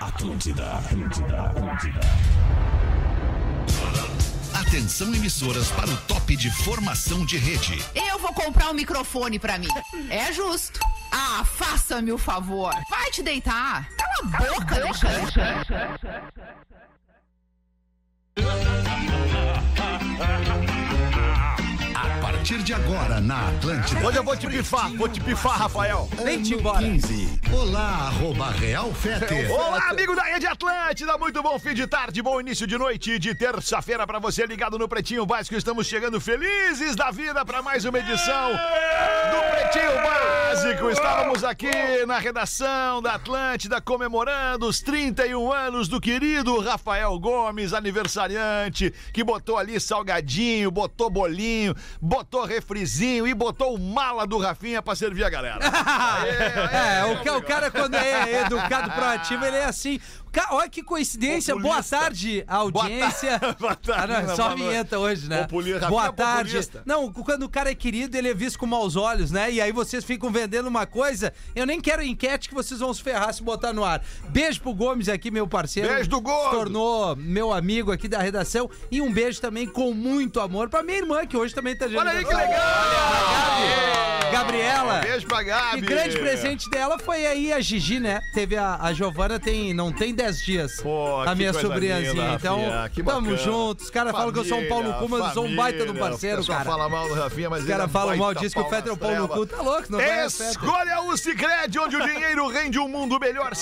Atlântida, Atlântida, Atlântida. Atenção emissoras para o top de formação de rede. Eu vou comprar um microfone pra mim. É justo. Ah, faça-me o favor. Vai te deitar. Cala a boca, Alexandre. A partir de agora na Atlântida. Hoje eu vou te pifar, vou te pifar, Rafael. Nem te ano embora. 15. Olá, arroba Real Fete. Olá, amigo da Rede Atlântida, muito bom fim de tarde, bom início de noite de terça-feira pra você ligado no Pretinho Básico. Estamos chegando felizes da vida pra mais uma edição do Pretinho Básico. Estávamos aqui na redação da Atlântida comemorando os 31 anos do querido Rafael Gomes, aniversariante, que botou ali salgadinho, botou bolinho, botou refrizinho e botou o mala do Rafinha pra servir a galera. é, o, ca- o cara quando é educado proativo, ele é assim. Ca- Olha que coincidência. Boa tarde, audiência. Boa tarde, Ah, não, só boa a vinheta hoje, né? Populi- Rafinha é Boa tarde. populista. Não, quando o cara é querido, ele é visto com maus olhos, né? E aí vocês ficam vendendo uma coisa. Eu nem quero enquete que vocês vão se ferrar se botar no ar. Beijo pro Gomes aqui, meu parceiro. Beijo do Gordo. Se tornou meu amigo aqui da redação. E um beijo também com muito amor pra minha irmã, que hoje também tá de Olha aí que aniversário. legal! Gabi. Gabriela. Beijo pra Gabi. E grande presente dela foi aí a Gigi, né? Teve a, a Giovana tem, não tem 10 dias. Pô, a que minha coisa sobrinhazinha. linda, então, Rafinha, que tamo bacana. junto. Os caras falam que eu sou um pau no cu, mas eu sou um baita do parceiro, cara. fala mal do Rafinha, mas Os ele é caras um falam mal, baita diz que o Fetter é um pau no nas cu. Tá louco, não vai ao Fetter. Escolha o Cicred, onde o dinheiro rende um mundo melhor.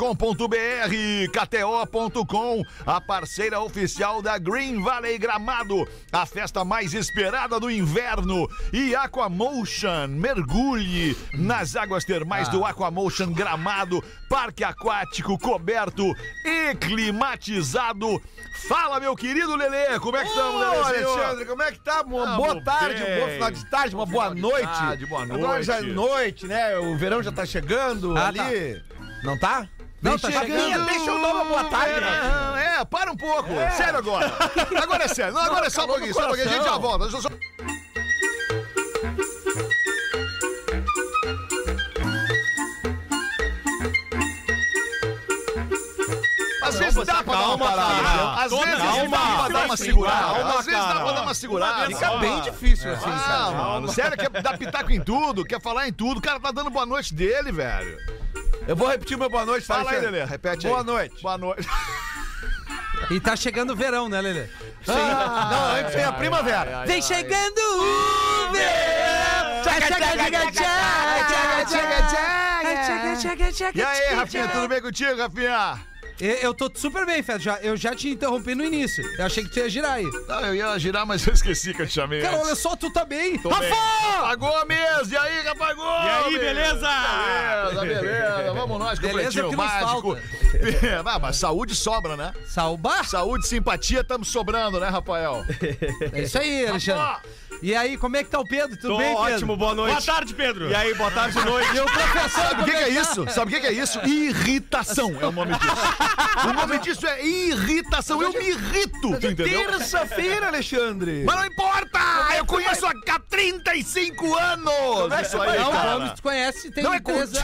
Cicred.com.br, KTO.com, a parceira oficial da Green Valley Gramado, a festa mais esperada do inverno. E Aquamotion, mergulhe nas águas termais Ah. do Aquamotion Gramado, parque aquático coberto e climatizado. Fala, meu querido Lelê, como é que estamos, Ô, Lelê? Alexandre, como é que tá? Uma Tamo boa tarde, bem. um bom final de tarde, uma Bom boa final de noite. tarde, boa Agora já é noite. noite, né? O verão já tá chegando Ah, ali. Não tá? Não, tá Rafinha, chegando. Deixa eu dar uma boa tarde, Rafinha. É, é, para um pouco. Sério agora. Agora é sério. Não, agora é só um pouquinho, só um pouquinho. A gente já volta. Deixa eu só- Às vezes dá pra dar uma parada. Às vezes dá pra dar uma segurada. Às vezes dá pra dar uma segurada. Fica bem difícil assim, Ah, sabe? mano, sério, quer dar pitaco em tudo, quer falar em tudo. O cara tá dando boa noite dele, velho. Eu vou repetir meu boa noite, tá, Fala aí, Alexandre? Lelê, repete aí. Boa noite. Boa noite. E tá chegando o verão, né, Lelê? Sim. Ah. Não, antes tem a primavera. Vem chegando o verão! Tchaca, tchaca, tchaca, tchaca, tchaca, tchaca, tchaca, tchaca, E aí, tchaca, Rafinha, tchaca. tudo bem contigo, Rafinha? Eu, eu tô super bem, Fed. Já, eu já te interrompi no início. Eu achei que tu ia girar aí. Não, eu ia girar, mas eu esqueci que eu te É. chamei. Cara, olha antes. só, tu tá bem. Tô bem. Rafa Gomes! E aí, Rafa Gomes? E aí, beleza? Beleza, beleza. Vamos nós com o Beleza é o Pretinho que nos Básico. ah, mas saúde sobra, né? Salvar? Saúde, simpatia, estamos sobrando, né, Rafael? É isso aí, Alexandre. E aí, como é que tá o Pedro? Tudo Tô bem, Pedro? ótimo, boa noite. Boa tarde, Pedro. E aí, boa tarde, noite. E o professor, Sabe o que, que é isso? Sabe o que, que é isso? Irritação é o nome disso. O nome disso é irritação. Eu me irrito, tu entendeu? Terça-feira, Alexandre. Mas não importa! Eu conheço a há 35 anos! é que Isso tu aí, vai- Não, cara. o homem que tu conhece, tem Não é empresa.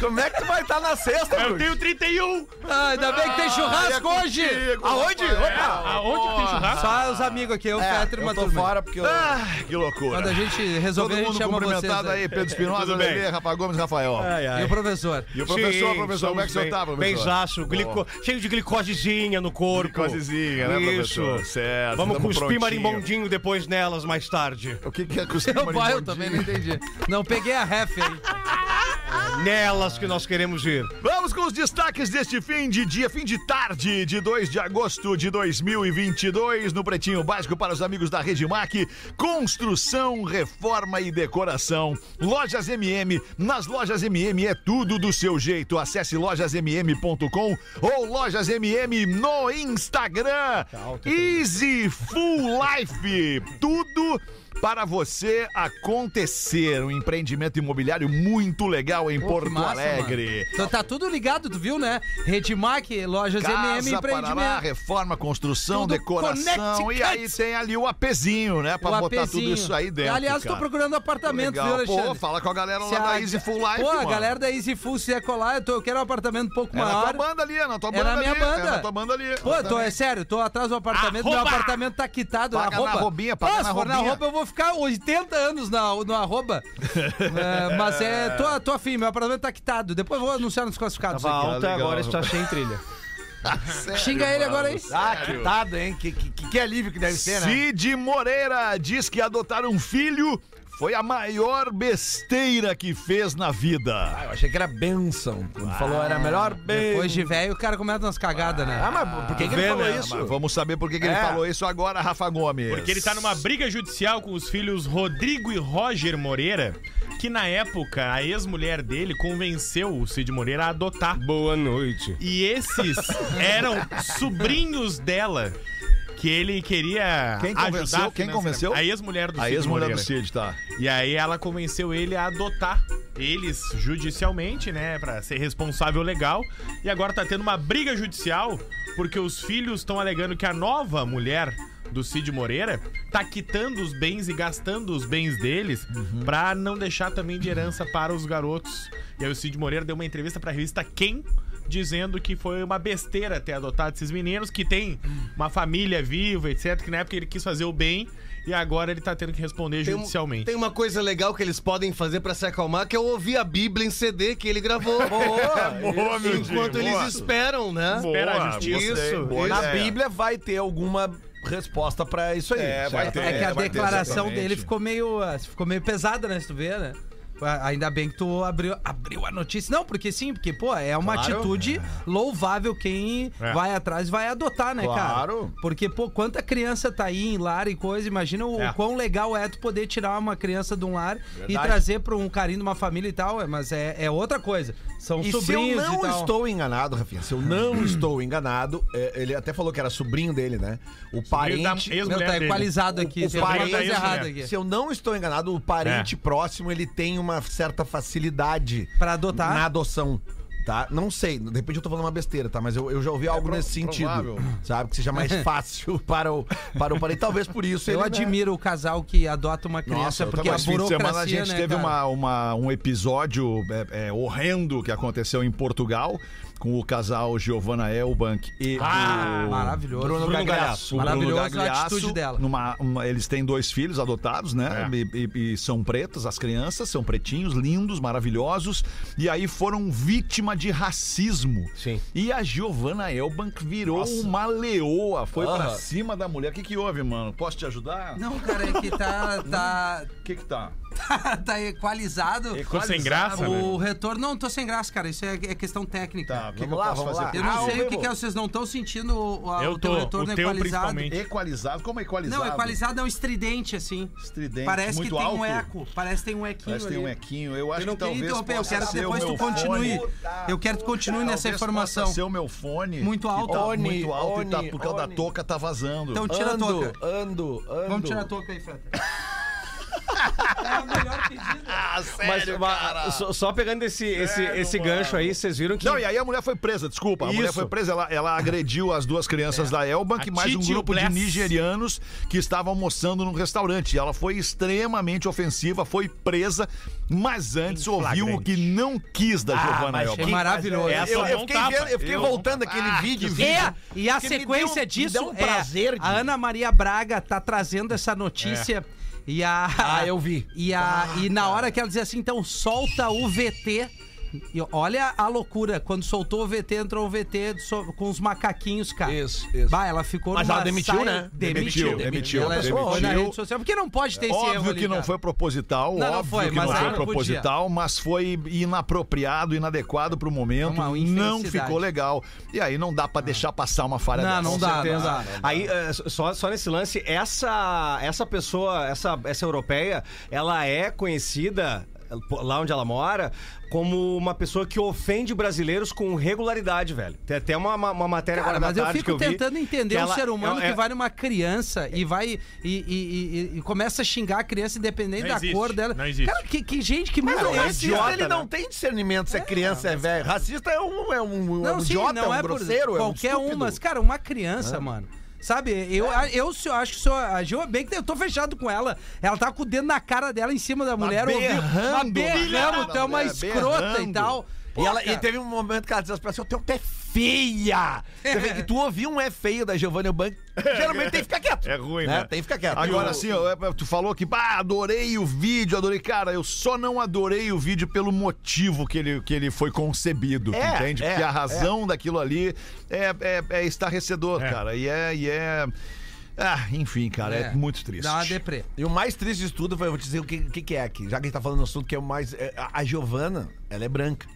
Como é que tu vai tá estar na sexta, Eu Bruno? tenho 31. Ah, ainda bem que tem Ah, churrasco é hoje. Aonde? Opa! Aonde que tem churrasco? Só os amigos aqui, eu, É, Petro e uma eu tô turma. fora porque eu... Ah, que loucura. Quando a gente Todo resolver, a mundo gente chama vocês. né? cumprimentado aí, Pedro Espinosa, Tudo bem. Lelê, Rafa Gomes, Rafael. E o professor? E o professor, professor, como é que o senhor tá, professor? Benzaço, glico... cheio de glicosezinha no corpo. Glicosezinha, né, Isso. professor? Certo, Vamos tamo cuspir prontinho. marimbondinho depois nelas mais tarde. O né? que, que é cuspir Eu, pai, eu marimbondinho? também não entendi. Não peguei a ref aí. Nelas que nós queremos ir. Vamos com os destaques deste fim de dia, fim de tarde de 2 de agosto de 2022, no Pretinho Básico para os amigos da Rede Mac. Construção, reforma e decoração. Lojas MM. Nas lojas MM é tudo do seu jeito. Acesse lojasmm.com ou lojas MM Tá no Instagram. Easy Full Life. Tudo para você acontecer um empreendimento imobiliário muito legal em Pô, Porto que massa, Alegre. mano. Então tá tudo ligado, tu viu, né? Redmac, lojas MM, Casa, empreendimento. Parará, reforma, construção, Tudo decoração. E aí Connecticut. tem ali o apezinho, né? Pra o botar tudo APzinho. isso aí dentro. Aliás, tô cara. procurando apartamento, viu, Legal. Alexandre? Pô, fala com a galera Se lá a- da Easy Full Life. Pô, a mano. galera da Easy Full se ia colar, eu, tô- eu quero um apartamento um pouco É na tua maior. banda ali, é na tua É banda na minha ali. banda. É na tua banda ali. Pô, eu tô, é sério, tô atrás do apartamento, meu Arroba! apartamento tá quitado. Paga na arroba. arrobinha, paga Ah, na se for arrobinha. arroba, eu vou ficar 80 anos na, no arroba. É, mas é, tô, tô afim, meu apartamento tá quitado. Depois eu vou anunciar nos classificados. Tá Tava é aqui. alta, agora está sem trilha. Xinga ele agora aí. Ah, quitado, hein? Que, que, que- que alívio que deve ser, né? Cid Moreira diz que adotar um filho foi a maior besteira que fez na vida. Ah, eu achei que era benção. Quando falou era melhor benção. Depois de velho, o cara começa umas cagadas, né? Ah, mas por que, que Vê, ele falou né? isso? Mas vamos saber por que, que ele É. falou isso agora, Rafa Gomes. Porque ele tá numa briga judicial com os filhos Rodrigo e Roger Moreira, que na época a ex-mulher dele convenceu o Cid Moreira a adotar. Boa noite. E esses eram sobrinhos dela. Que ele queria Quem ajudar. convenceu? Quem financeiramente. convenceu? A ex-mulher do A Cid ex-mulher Moreira. do Cid, tá. E aí ela convenceu ele a adotar eles judicialmente, né, Pra ser responsável legal. E agora tá tendo uma briga judicial porque os filhos estão alegando que a nova mulher do Cid Moreira tá quitando os bens e gastando os bens deles pra não deixar também de herança para os garotos. E aí o Cid Moreira deu uma entrevista pra revista Quem dizendo que foi uma besteira ter adotado esses meninos que tem uma família viva, etc, que na época ele quis fazer o bem e agora ele tá tendo que responder Tem um- judicialmente. Tem uma coisa legal que eles podem fazer pra se acalmar, que é ouvir a Bíblia em CD que ele gravou. Boa, meu Enquanto Di, eles boa. esperam, né? Espera a Boa, justiça. gostei, Isso, boa Na ideia. Bíblia vai ter alguma resposta pra isso aí. É, vai certo? ter. É que a vai ter, declaração exatamente. dele ficou meio, ah, ficou meio pesada, né? Se tu vê, né? Ah, Ainda bem que tu abriu, abriu a notícia. Não, porque sim, porque, pô, é uma atitude louvável quem É. vai atrás vai adotar, né, cara? Claro. Porque, pô, quanta criança tá aí em lar e coisa, imagina o, É. quão legal é tu poder tirar uma criança de um lar e trazer pra um carinho de uma família e tal, é, mas é, é outra coisa. São E se eu sobrinhos não e tal. estou enganado, Rafinha, se eu Hum. não estou enganado, é, ele até falou que era sobrinho dele, né? O Ele dá- parente. Meu, ex-mulher tá dele. equalizado aqui, o tem alguma coisa parente- errada aqui. Se eu não estou enganado, o parente É. próximo ele tem uma certa facilidade Pra adotar? na adoção. Tá? Não sei, de repente eu tô falando uma besteira, tá? Mas eu, eu já É ouvi algo nesse sentido. provável. Sabe? Que seja mais fácil para o, para o parente. Talvez por isso Eu ele. né? admiro o casal que adota uma Nossa, criança, eu porque tava- a esse fim de semana burocracia, a gente né, teve cara? uma, uma- um episódio é, é, horrendo que aconteceu em Portugal com o casal Giovanna Elbank e Ah, o Maravilhoso. Bruno Gagliasso. o Bruno Maravilhoso Gagliasso, a atitude dela. numa- uma- eles têm dois filhos adotados, né? É. E, e- e são pretas, as crianças são pretinhos, lindos, maravilhosos. E aí foram vítima de racismo. Sim. E a Giovanna Elbank virou uma leoa, foi pra cima da mulher. O que, que houve, mano? Posso te ajudar? Não, cara, é que tá, tá, O que, que tá? tá, tá equalizado. Ficou sem graça, né? O retorno. Não, tô sem graça, cara. Isso é, é questão técnica. Tá, o que, que eu lá, posso vamos Ah, fazer? lá. Eu não sei o que, que é, vocês não estão sentindo o, o, Eu o teu tô, retorno o teu equalizado. principalmente. Equalizado? Como equalizado? Não, equalizado é um estridente, assim. Estridente, Parece muito que tem alto. um eco. Parece que tem um equinho Parece que tem um ali. equinho. Eu acho Eu não que talvez queria interromper, eu possa quero que ser o depois meu tu continue. fone. Eu quero que continue nessa Talvez informação. Possa ser o meu fone. Muito que alto. Tá Oni, muito alto e tá Oni, por causa da Oni. touca tá vazando. Então tira a Ando, touca. ando, ando. Vamos tirar a touca aí, Feta. é o melhor pedido. ah, É, Mas, mas, só, só pegando esse, esse, esse gancho aí, vocês viram que. Não, e aí a mulher foi presa, desculpa. A mulher Isso. foi presa, ela, ela agrediu as duas É. crianças da Elbank e A mais um Titi e o grupo de Bless. nigerianos que estavam almoçando num restaurante. Ela foi extremamente ofensiva, foi presa, mas antes ouviu o que não quis Ah, da Giovanna Elbank. É maravilhoso. Essa Eu, eu não fiquei, tapa. vendo- eu fiquei Eu- Ah, voltando aquele Ah, vídeo. É, e a Porque me sequência deu- me disso deu um é, prazer de- a Ana Maria Braga tá trazendo essa notícia e a Ah, eu vi. Ah, tá. E a e na hora que ela dizia assim, então solta o VT e olha a loucura, quando soltou o VT, entrou o VT so- com os macaquinhos, cara. Isso, isso. Bah, ela ficou Mas numa ela demitiu, saia- né? Demitiu, Demitiu, demitiu, Ela expôs na demitiu. rede social, porque não pode ter esse erro Óbvio ali, que não cara. foi proposital, Não, não óbvio foi, que mas não aí foi não podia. proposital, mas foi inapropriado, inadequado pro momento, Uma não infelicidade. Ah. ficou legal. E aí não dá pra deixar passar uma falha Não, dessa. não Com dá, certeza. Ah, não dá. Aí, eh, só, só nesse lance, essa, essa pessoa, essa, essa europeia, ela é conhecida lá onde ela mora, como uma pessoa que ofende brasileiros com regularidade, velho. Tem até uma, uma- uma matéria Cara, agora mas da eu tarde fico que eu vi, tentando entender que um ela- ser humano é- que vai numa criança e vai e, e- e- e- e começa a xingar a criança independente Não da existe, cor dela. não existe. Cara, que, que gente que Mas muda o é racista, idiota, ele né? não tem discernimento se é criança, é velho. Racista é um, é um, é um sim, idiota, é um por- grosseiro, é um Qualquer um, estúpido. É. mas, cara, uma criança, mano. Sabe, eu, a- eu, se- eu acho que sou, a Gil é bem que eu tô fechado com ela. Ela tá com o dedo na cara dela em cima da mulher. eu ouvi- Tá berrando, mas berrando, mano. tu é uma É, escrota e berrando. tal. Pô, E, ela, e cara. teve um momento que ela disse pra assim, o teu pé é feia. Você vê que tu ouvir um é feio da Giovanna Bank, geralmente tem que ficar quieto. É ruim, né? Tem que ficar quieto. Agora sim, ó, é, tu falou que bah, adorei o vídeo, adorei. Cara, eu só não adorei o vídeo pelo motivo que ele, que ele foi concebido, tu É, entende? é, Porque a razão daquilo ali é, é, é estarrecedor, É. cara. E é. E é... Ah, enfim, cara, é, É, muito triste. Dá uma deprê. E o mais triste de tudo, eu vou te dizer o que, o que que é aqui. Já que a gente tá falando do assunto que é o mais... é, a- a Giovanna, ela é branca.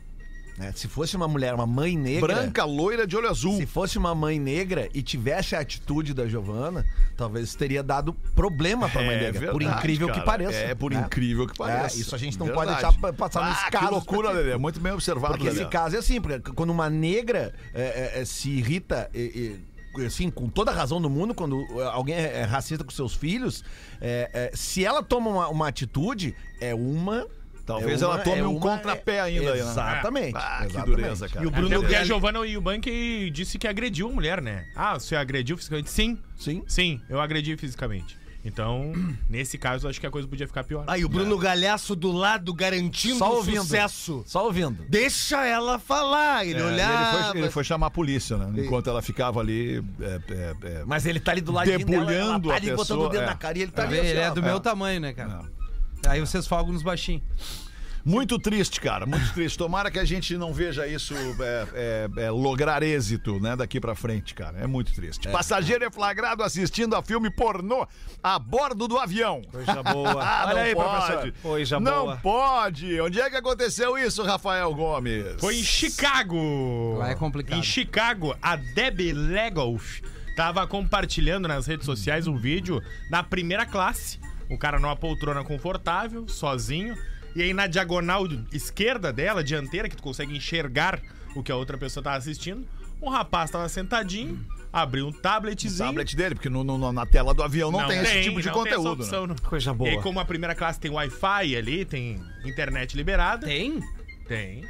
né? Se fosse uma mulher, uma mãe negra... Branca, loira de olho azul. Se fosse uma mãe negra e tivesse a atitude da Giovana, talvez teria dado problema pra mãe É negra. por verdade, incrível cara. que pareça. É, por né? incrível que pareça. É, isso a gente não Verdade. pode deixar pa- passar nesse ah, caso Que loucura, específico. Lelê. Muito bem observado, Porque esse Lelê. caso é assim, porque quando uma negra é, é, é, se irrita. e- e, assim, com toda a razão do mundo, quando é, alguém é é racista com seus filhos, é, é, se ela toma uma, uma atitude, é uma. Talvez é ela uma- tome é um uma- contrapé ainda. aí, né? Exatamente. Ah, que exatamente. dureza, cara. É, E o Bruno Até é porque a Giovanna e o Bank disse que agrediu a mulher, né? Ah, você agrediu fisicamente? Sim. Sim. Sim, eu agredi fisicamente. Então, nesse caso, acho que a coisa podia ficar pior. Aí o Bruno Galhaço do lado garantindo É. Só o ouvindo. sucesso. Só ouvindo. Deixa ela falar, ele É, olhar. ele, foi, ele foi chamar a polícia, né? Enquanto ela ficava ali. É, é, é, Mas ele tá ali do lado dela, Debulhando ela tá a ali botando o pessoa, dedo é. na cara e ele tá ali. Vê, Ele assim, é ó. É. do meu tamanho, né, cara? Aí vocês falam nos baixinhos. Muito triste, cara, muito triste. Tomara que a gente não veja isso é, é, é, lograr êxito, né, daqui pra frente, cara. É muito triste. Passageiro é flagrado assistindo a filme pornô a bordo do avião. Coisa boa. Ah, Olha não aí, pode. professor. Coisa não boa. pode. Onde é que aconteceu isso, Rafael Gomes? Foi em Chicago. Lá é complicado. Em Chicago, a Debbie Legolf tava compartilhando nas redes sociais um vídeo na primeira classe. O cara numa poltrona confortável, sozinho. E aí na diagonal esquerda dela, dianteira, que tu consegue enxergar o que a outra pessoa tava assistindo, um rapaz tava sentadinho, abriu um O tabletzinho. tablet dele, porque no- no- na tela do avião não, tem, esse tipo de não tem essa conteúdo. né? opção, não. Coisa E aí, como a primeira classe tem Wi-Fi ali, tem internet liberada. Tem? Tem.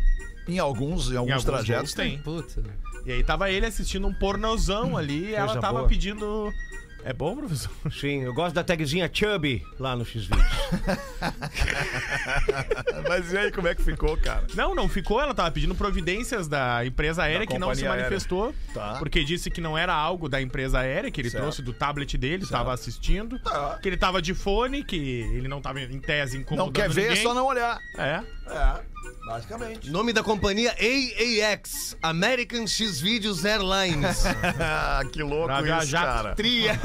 Em alguns, em alguns, alguns trajetos voos tem. Puta. E aí tava ele assistindo um pornozão ali e ela Coisa tava boa. pedindo. É bom, professor? Sim, eu gosto da tagzinha Chubby lá no X-Videos. Mas e aí, como é que ficou, cara? Não, não ficou. Ela tava pedindo providências da empresa aérea Da que não se companhia aérea. manifestou. Tá. Porque disse que não era algo da empresa aérea, que ele Certo. Tá. trouxe do tablet dele, tava assistindo. Que ele tava de fone, que ele não tava em tese incomodando. Não quer ver, é ninguém. só não olhar. É. Nome da companhia AAX, American X-Videos Airlines. Ah, que louco Pra viajar tria.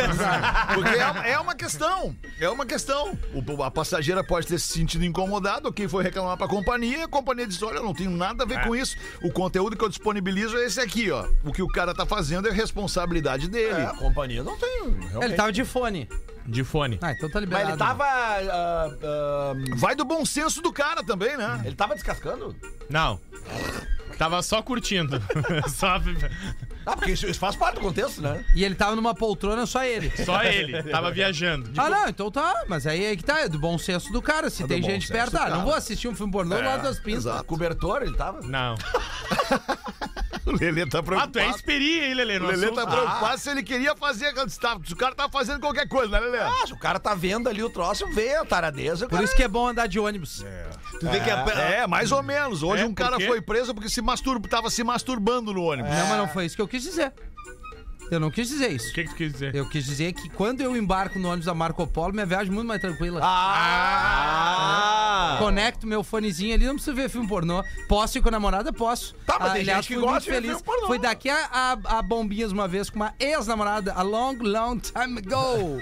Porque é, é uma questão. É uma questão. O, a passageira pode ter se sentido incomodada, quem foi reclamar pra companhia, a companhia diz: olha, eu não tenho nada a ver com isso. O conteúdo que eu disponibilizo é esse aqui, ó. O que o cara tá fazendo é responsabilidade dele. A companhia não Então tem. realmente. Ele tava de fone. De fone. Ah, então tá Mas liberado. ele tava. ah, ah, Vai do bom senso do cara também, né? ele tava descascando? Não. Tava só curtindo. só, Ah, porque isso, isso faz parte do contexto, né? E ele tava numa poltrona só ele. só ele. Tava viajando. Ah, não, então tá, mas aí é que tá, é do bom senso do cara. Se tem bom gente senso perto, É do ah, cara. É, não vou assistir um filme pornô lá das pintas. Cobertor, ele tava. Não. O Lelê tá Ah, tu é preocupado. experi, hein, Lelê? O no Lelê assunto. tá preocupado se ele queria fazer. Se o cara tá fazendo qualquer coisa, né, Lelê? Ah, se o cara tá vendo ali o troço, vê a taradeza. o Por cara- isso que é bom andar de ônibus. Tu vê que a, É, mais ou menos. Hoje É, um cara por quê? foi preso porque É. se masturba, tava se masturbando no ônibus. Não, mas não foi isso que eu quis dizer. Eu não quis dizer isso. O que, que tu quis dizer? Eu quis dizer que quando eu embarco no ônibus da Marco Polo, minha viagem é muito mais tranquila. Ah! Conecto meu fonezinho ali, não preciso ver filme pornô. Posso ir com a namorada? Posso. Ah, Tá, mas tem gente que fui gosta de ver muito filme pornô. Fui daqui a, a, a Bombinhas uma vez com uma ex-namorada, a long, long time ago.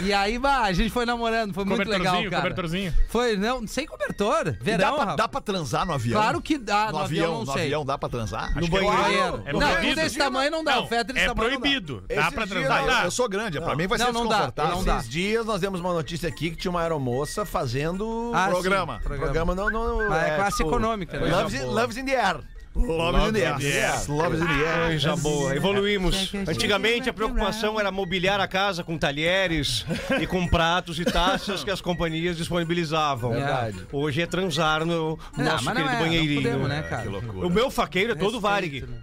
E aí, bah, a gente foi namorando, foi muito legal, Cobertorzinho, cara. cobertorzinho. Foi, não, sem cobertor. E Verão, dá, pra, rapaz. dá pra transar no avião? Claro que dá, no, avião, não no sei. avião dá pra transar? Acho Acho que é Claro. É não, proibido. desse tamanho não dá. o Fetter desse é tamanho não dá. proibido. Dá Esses pra dias transar. que- dá. Eu sou grande, é pra mim vai ser Não, não dá, desconfortável. não Esses dá. dias nós demos uma notícia aqui que tinha uma aeromoça fazendo Ah, Programa. sim, programa não, não, não Mas é classe tipo, econômica, né? Loves, in- Loves in the air. Loves in the air. Yes, Loves in the air. Coisa boa, É evoluímos. Antigamente a preocupação era mobiliar a casa com talheres e com pratos e taças que as companhias disponibilizavam. Verdade. Hoje é transar no Não, nosso mas não querido é, não banheirinho. podemos, né, cara? O meu faqueiro é todo Varig. Respeito, né?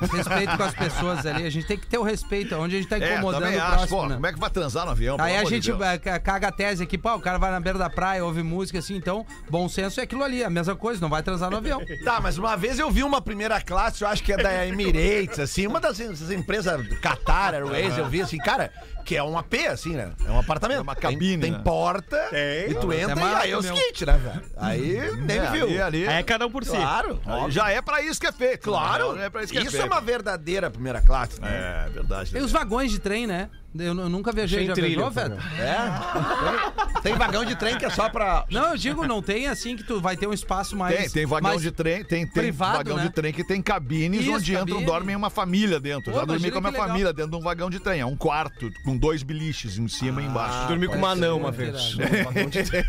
Respeito com as pessoas ali. A gente tem que ter o respeito onde a gente tá É, incomodando também o acho. próximo. Pô, né? como é que vai transar no avião? Aí Pelo a amor de gente Deus. eh, ca- caga a tese aqui, pô, o cara vai na beira da praia, ouve música assim, então bom senso é aquilo ali, a mesma coisa, não vai transar no avião. Tá, mas uma vez eu vi uma primeira classe, eu acho que é da Emirates, assim, uma das dessas empresas Qatar Airways, eu vi assim, cara, que é um AP, assim, né? É um apartamento. É uma Tem- cabine, Tem, né? porta Tem. e tu entra e maior aí é o que o meu. seguinte, né, velho? Aí nem me É, viu. ali- ali- É cada um por si. Claro. Aí óbvio. Já é pra isso que é feito. Claro. Não É pra isso isso que é feito. é uma verdadeira primeira classe, né? É, verdade. Tem os vagões de trem, né? Eu, nu- nunca viajei, Sem já trilha, viajou, por velho? É. Tem, tem vagão de trem que é só pra. Não, eu digo, não tem assim que tu vai ter um espaço mais... Tem, tem vagão mais- de trem, tem, tem privado, vagão né? de trem que tem cabines Isso, onde entram, cabine. dormem uma família dentro. Pô, Já dormi com a imagina minha que legal. família dentro de um vagão de trem. É um quarto com dois biliches em cima e embaixo. Dormi com Deve uma ser anã muito uma vez. irado.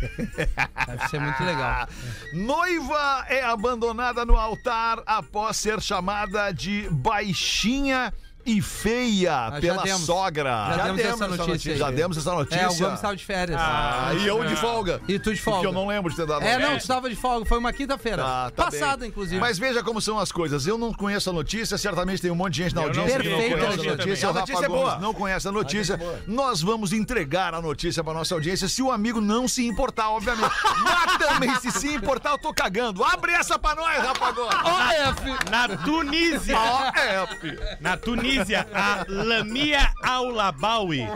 Deve ser muito legal. Noiva é abandonada no altar após ser chamada de baixinha e feia Ah, já pela demos. sogra. Já demos essa notícia aí. Já demos essa notícia. É, o Gomes estava de férias. Ah, e eu de folga. E tu de Porque folga. eu não lembro de ter dado É, não, notícia. tu estava de folga, foi uma quinta-feira. Ah, tá Passada, bem. inclusive. Mas veja como são as coisas. Eu não conheço a notícia, certamente tem um monte de gente na Eu não audiência que sei, não Perfeita conhece notícia a notícia. O também. A Rafa notícia é Gomes boa. não conhece a notícia. Nós vamos entregar a notícia pra nossa audiência se o amigo não se importar, obviamente. Mas também, se se importar, eu tô cagando. Abre essa pra nós, Rafa Gomes. Olha, filho. Na Tunísia. Ó, é, filho. Na Tunísia, a Lamia Aulabawi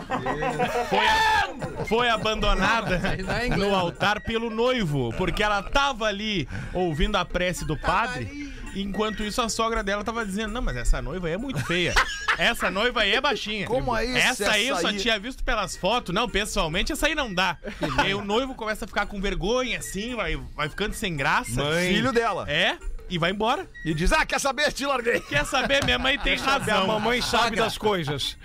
foi, a- foi abandonada não é inglês, no né? altar pelo noivo, porque ela tava ali ouvindo a prece do padre. Enquanto isso, a sogra dela tava dizendo: Não, mas essa noiva aí é muito feia. Essa noiva aí é baixinha. Como é isso? Essa aí eu Essa só aí- tinha visto pelas fotos. Não, pessoalmente, essa aí não dá. E aí o noivo começa a ficar com vergonha, assim, vai, vai ficando sem graça. Filho dela. É, e vai embora. E diz, ah, quer saber? Te larguei. Quer saber? Minha mãe tem razão. A mamãe sabe das coisas.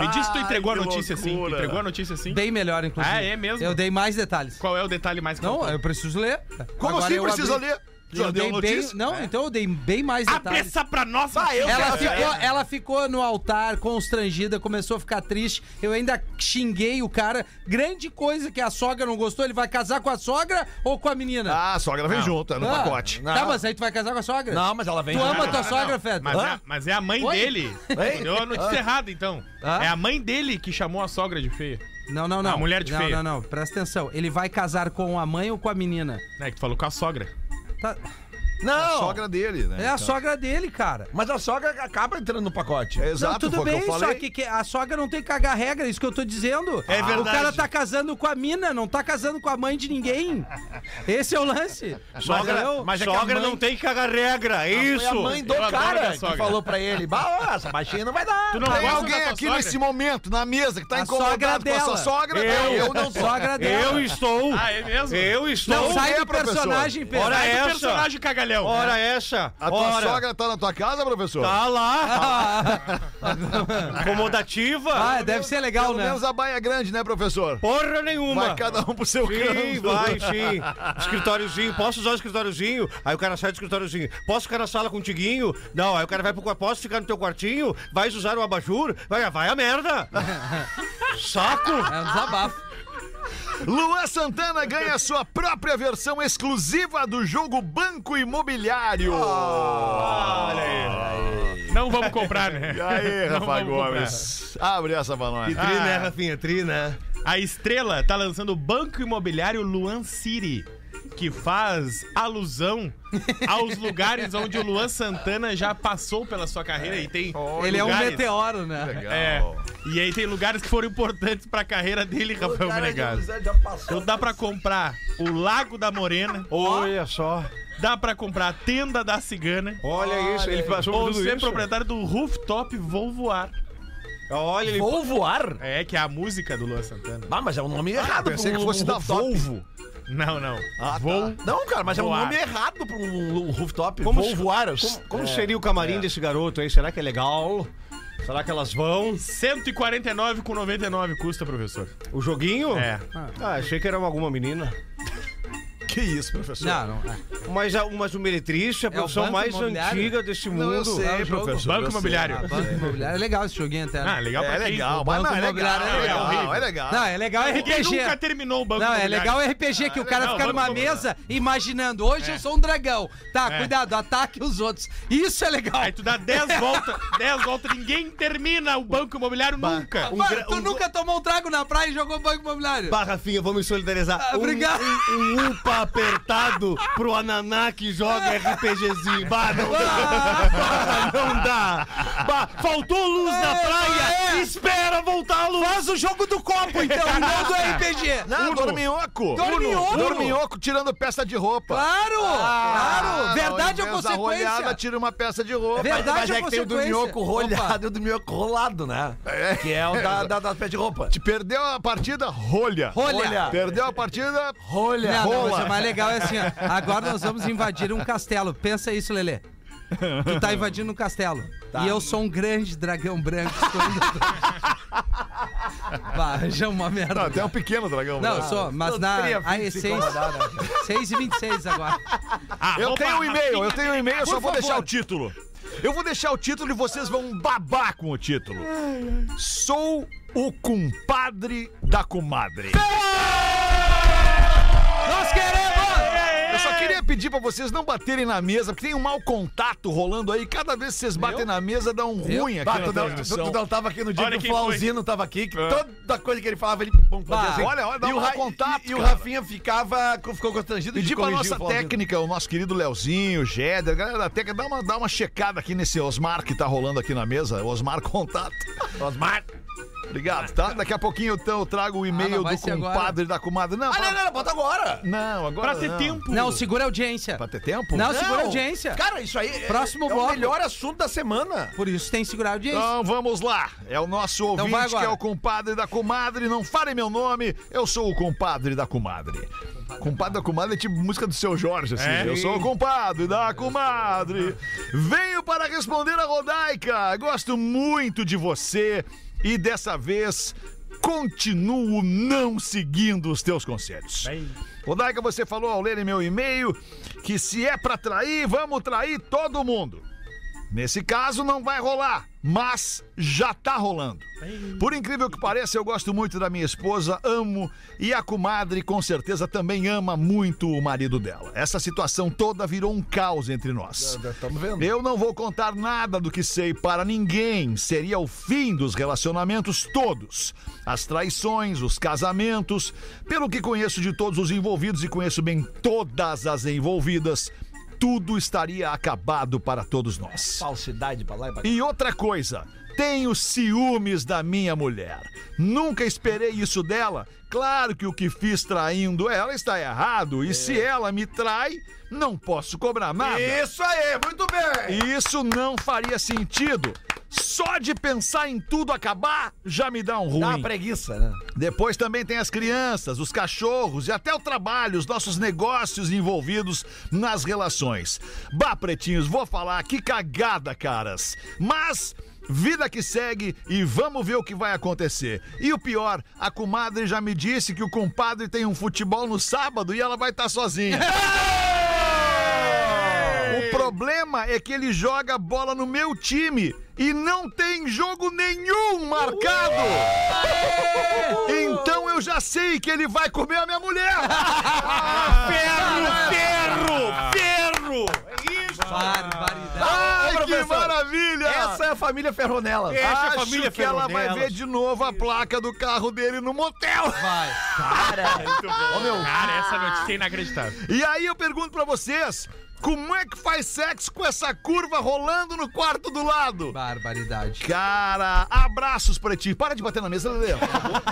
Me diz se tu entregou a que notícia assim. Tu loucura. entregou a notícia assim? Bem melhor, inclusive. Ah, é mesmo? Eu dei mais detalhes. Qual é o detalhe mais que Não, faltou? eu preciso ler. Como Agora assim eu precisa abri- ler? Já Eu dei deu bem, notícia? não, É. então eu dei bem mais Abre detalhes. essa Ah, pra nós! Ela ficou, ela ficou no altar, constrangida, começou a ficar triste. Eu ainda xinguei o cara. Grande coisa que a sogra não gostou. Ele vai casar com a sogra ou com a menina? Ah, a sogra vem junto, é no Ah, pacote. Tá, mas aí tu vai casar com a sogra? Não, mas ela vem. Tu já. ama tua sogra, Fed? Ah, Mas, é, mas é a mãe Oi? dele. Deu a notícia errada, então. Hã? É a mãe dele que chamou a sogra de feia. Não, não, não. A mulher de não, feia. Não, não, Presta atenção. Ele vai casar com a mãe ou com a menina? Né, que tu falou com a sogra. Tá- A Não. sogra dele, né? É Então. a sogra dele, cara. Mas a sogra acaba entrando no pacote. É Exato, não, tudo foi o que bem, eu falei. só que, que a sogra não tem que cagar regra, é isso que eu tô dizendo. É verdade. O cara tá casando com a mina, não tá casando com a mãe de ninguém. Esse é o lance. Sogra, Entendeu? mas é que a sogra mãe- não tem que cagar regra, é isso. Foi a mãe do eu adoro minha cara que sogra. falou pra ele: "Bah, ó, essa baixinha não vai dar. Tu não Tem gosta alguém da tua aqui Tá sogra? nesse momento, na mesa, que tá A sogra incomodado com a dela. sua sogra? Eu. não tô. Sogra dela. Eu estou. Ah, é mesmo? Eu estou. Não sai é, do professor. personagem, Pedro. Ora Sai do essa. personagem cagalhão. Ora essa. A tua ora. sogra tá na tua casa, professor? Tá lá, Ah, acomodativa. deve ser legal, Pelo né? menos a baia é grande, né, professor? Porra nenhuma. Vai cada um pro seu Sim, canto. vai, sim. Escritóriozinho, posso usar o escritóriozinho? Aí o cara sai do escritóriozinho. Posso ficar na sala contiguinho? Não, aí o cara vai pro quarto. Posso ficar no teu quartinho? Vais usar o abajur? Vai, ah, vai a merda. Saco. É um desabafo. Luan Santana ganha sua própria versão exclusiva do jogo Banco Imobiliário. Ah, Não vamos comprar, né? E aí, Não Rafa vamos comprar. Ah, Gomes? Abre essa pra nós. Tri, né, Rafinha? Tri, né? A estrela tá lançando o Banco Imobiliário Luan City, que faz alusão aos lugares onde o Luan Santana já passou pela sua carreira e tem. Ele é um lugares- meteoro, né? Legal. É. E aí tem lugares que foram importantes pra carreira dele, Rafael Menegado. Então dá pra comprar o Lago da Morena, Olha só. dá pra comprar a Tenda da Cigana, Olha isso. Ele passou ou por tudo ser isso. proprietário do Rooftop Vou Voar. Olha, ele Vou voar? É, que é a música do Luan Santana. Ah, mas é um nome errado. pensei pra que fosse da rooftop. Volvo. Não, não. Ah, Vou. tá. Não, cara, mas é voar. um nome errado pra um rooftop. Como Vou se- voar. é. Como, como seria o camarim desse garoto aí? Será que é legal? Será que elas vão? 149,99 custa, professor. O joguinho? É. Ah, achei que era alguma menina. Que isso, professor? Não, não. é. Mas, a- mas o Meretriz é a o profissão banco mais imobiliário? antiga desse mundo. Não, eu sei, é o jogo. professor. Banco eu sei. Imobiliário. Ah, banco imobiliário. É legal esse joguinho até. né? Ah, legal É pra quem? legal, mas banco não, é legal, imobiliário é é legal, horrível. é legal. Não, é legal Ninguém RPG. nunca terminou o banco Não, é imobiliário. legal RPG, que o cara não, fica numa banco imobiliário. mesa imaginando, hoje eu sou um dragão. Tá, É. cuidado, ataque os outros. Isso é legal. Aí tu dá 10 voltas, 10 voltas, ninguém termina o banco imobiliário nunca. Vai, tu nunca tomou um trago na praia e jogou banco imobiliário? Bah, Rafinha, vou me solidarizar. Ah, obrigado. Um, um upa apertado pro Ananá que joga RPGzinho. Bah, não dá. Ah, Bah, não dá. Bah, faltou luz na É, praia. é. Espera voltar a luz. Faz o jogo do copo, então, e não do RPG. Não, dorminhoco. Dorminhoco. Uno. Dorminhoco tirando peça de roupa. Claro, Ah, claro. Verdade ao ou invés da consequência? rolhada, tira uma peça de roupa. Verdade Mas ou é que tem o do consequência? minhoco Opa. rolhado e o do minhoco rolado, né? É. Que é o da, da, da pé de roupa. Te perdeu a partida, rolha. Rolha. Perdeu a partida, Olha, não, não, rola. mas o mais legal é assim, ó, agora nós vamos invadir um castelo. Pensa isso, Lelê. Tu tá invadindo um castelo. Tá. E eu sou um grande dragão branco. Estou indo... bah, já é uma Não, merda. até um pequeno dragão. Não, eu né? sou, mas não na ah, teria fim a de se essência... 6 e 26 agora. Ah, Eu opa, tenho um e-mail, eu Rafinha, tenho um e-mail, eu só Por vou favor. deixar o título. Eu vou deixar o título e vocês vão babar com o título. Sou o compadre da comadre. Nós queremos! Eu só queria pedir pra vocês não baterem na mesa, porque tem um mau contato rolando aí. Cada vez que vocês batem na mesa, dá um ruim aqui Bah, na Então, tu, não, tu, transmissão. tu não tava aqui no dia Olha que quem o Flauzino tava aqui, que toda coisa que ele falava, ele pum, fazia Bah. assim. Ah. Olha, olha, dá e um o Ra- contato, E, e o cara. Rafinha ficava, ficou constrangido Pedir pra corrigir nossa o Flauzino. técnica, o nosso querido Leozinho, Géder, galera da técnica, dá uma, dá uma checada aqui nesse Osmar que tá rolando aqui na mesa. Osmar Contato. Osmar. Obrigado, tá? Daqui a pouquinho então, eu trago o Ah, e-mail não, vai do ser agora. compadre da comadre. Não, Ah, pra- não, não, não, bota agora. não, agora Pra ter não. tempo. Não, segura a audiência. Pra ter tempo? Não, segura a audiência. Cara, isso aí é- Próximo é, o bloco. melhor assunto da semana. Por isso tem que segurar a audiência. Então Então vamos lá. É o nosso ouvinte vai que agora. é o compadre da comadre. Não fale meu nome, eu sou o compadre da comadre. Compadre da comadre é tipo música do seu Jorge, assim. É? Eu sou o compadre da comadre. Venho para responder a Rodaica. Gosto muito de você e dessa vez continuo não seguindo os teus conselhos. Bem. Rodaica, você falou ao ler em meu e-mail que se é pra trair, vamos trair todo mundo. Nesse caso não vai rolar, mas já tá rolando. Por incrível que pareça, eu gosto muito da minha esposa, amo e a comadre com certeza também ama muito o marido dela. Essa situação toda virou um caos entre nós. Estamos vendo. Eu não vou contar nada do que sei para ninguém. Seria o fim dos relacionamentos todos. As traições, os casamentos. Pelo que conheço de todos os envolvidos e conheço bem todas as envolvidas, tudo estaria acabado para todos nós. Falsidade pra lá e pra cá. E outra coisa, tenho ciúmes da minha mulher. Nunca esperei isso dela. Claro que o que fiz traindo ela está errado. E se ela me trai, não posso cobrar nada. Isso aí, muito bem. Isso não faria sentido. Só de pensar em tudo acabar já me dá um ruim. Dá uma preguiça, né? Depois também tem as crianças, os cachorros e até o trabalho, os nossos negócios envolvidos nas relações. Bah, pretinhos, vou falar que cagada, caras. Mas. Vida que segue e vamos ver o que vai acontecer. E o pior, a comadre já me disse que o compadre tem um futebol no sábado e ela vai estar sozinha. O problema é que ele joga bola no meu time e não tem jogo nenhum marcado. Então eu já sei que ele vai comer a minha mulher. Ferro, ferro, ferro. Barbaridade. Ai, que professor, maravilha! Essa é a família Ferronella. É. essa Acho família que ela vai Ferronelas. ver de novo a placa do carro dele no motel. Vai. Cara, essa notícia é inacreditável. E aí eu pergunto pra vocês, como é que faz sexo com essa curva rolando no quarto do lado? Barbaridade. Cara, abraços pra ti. Para de bater na mesa, Lelê. por favor.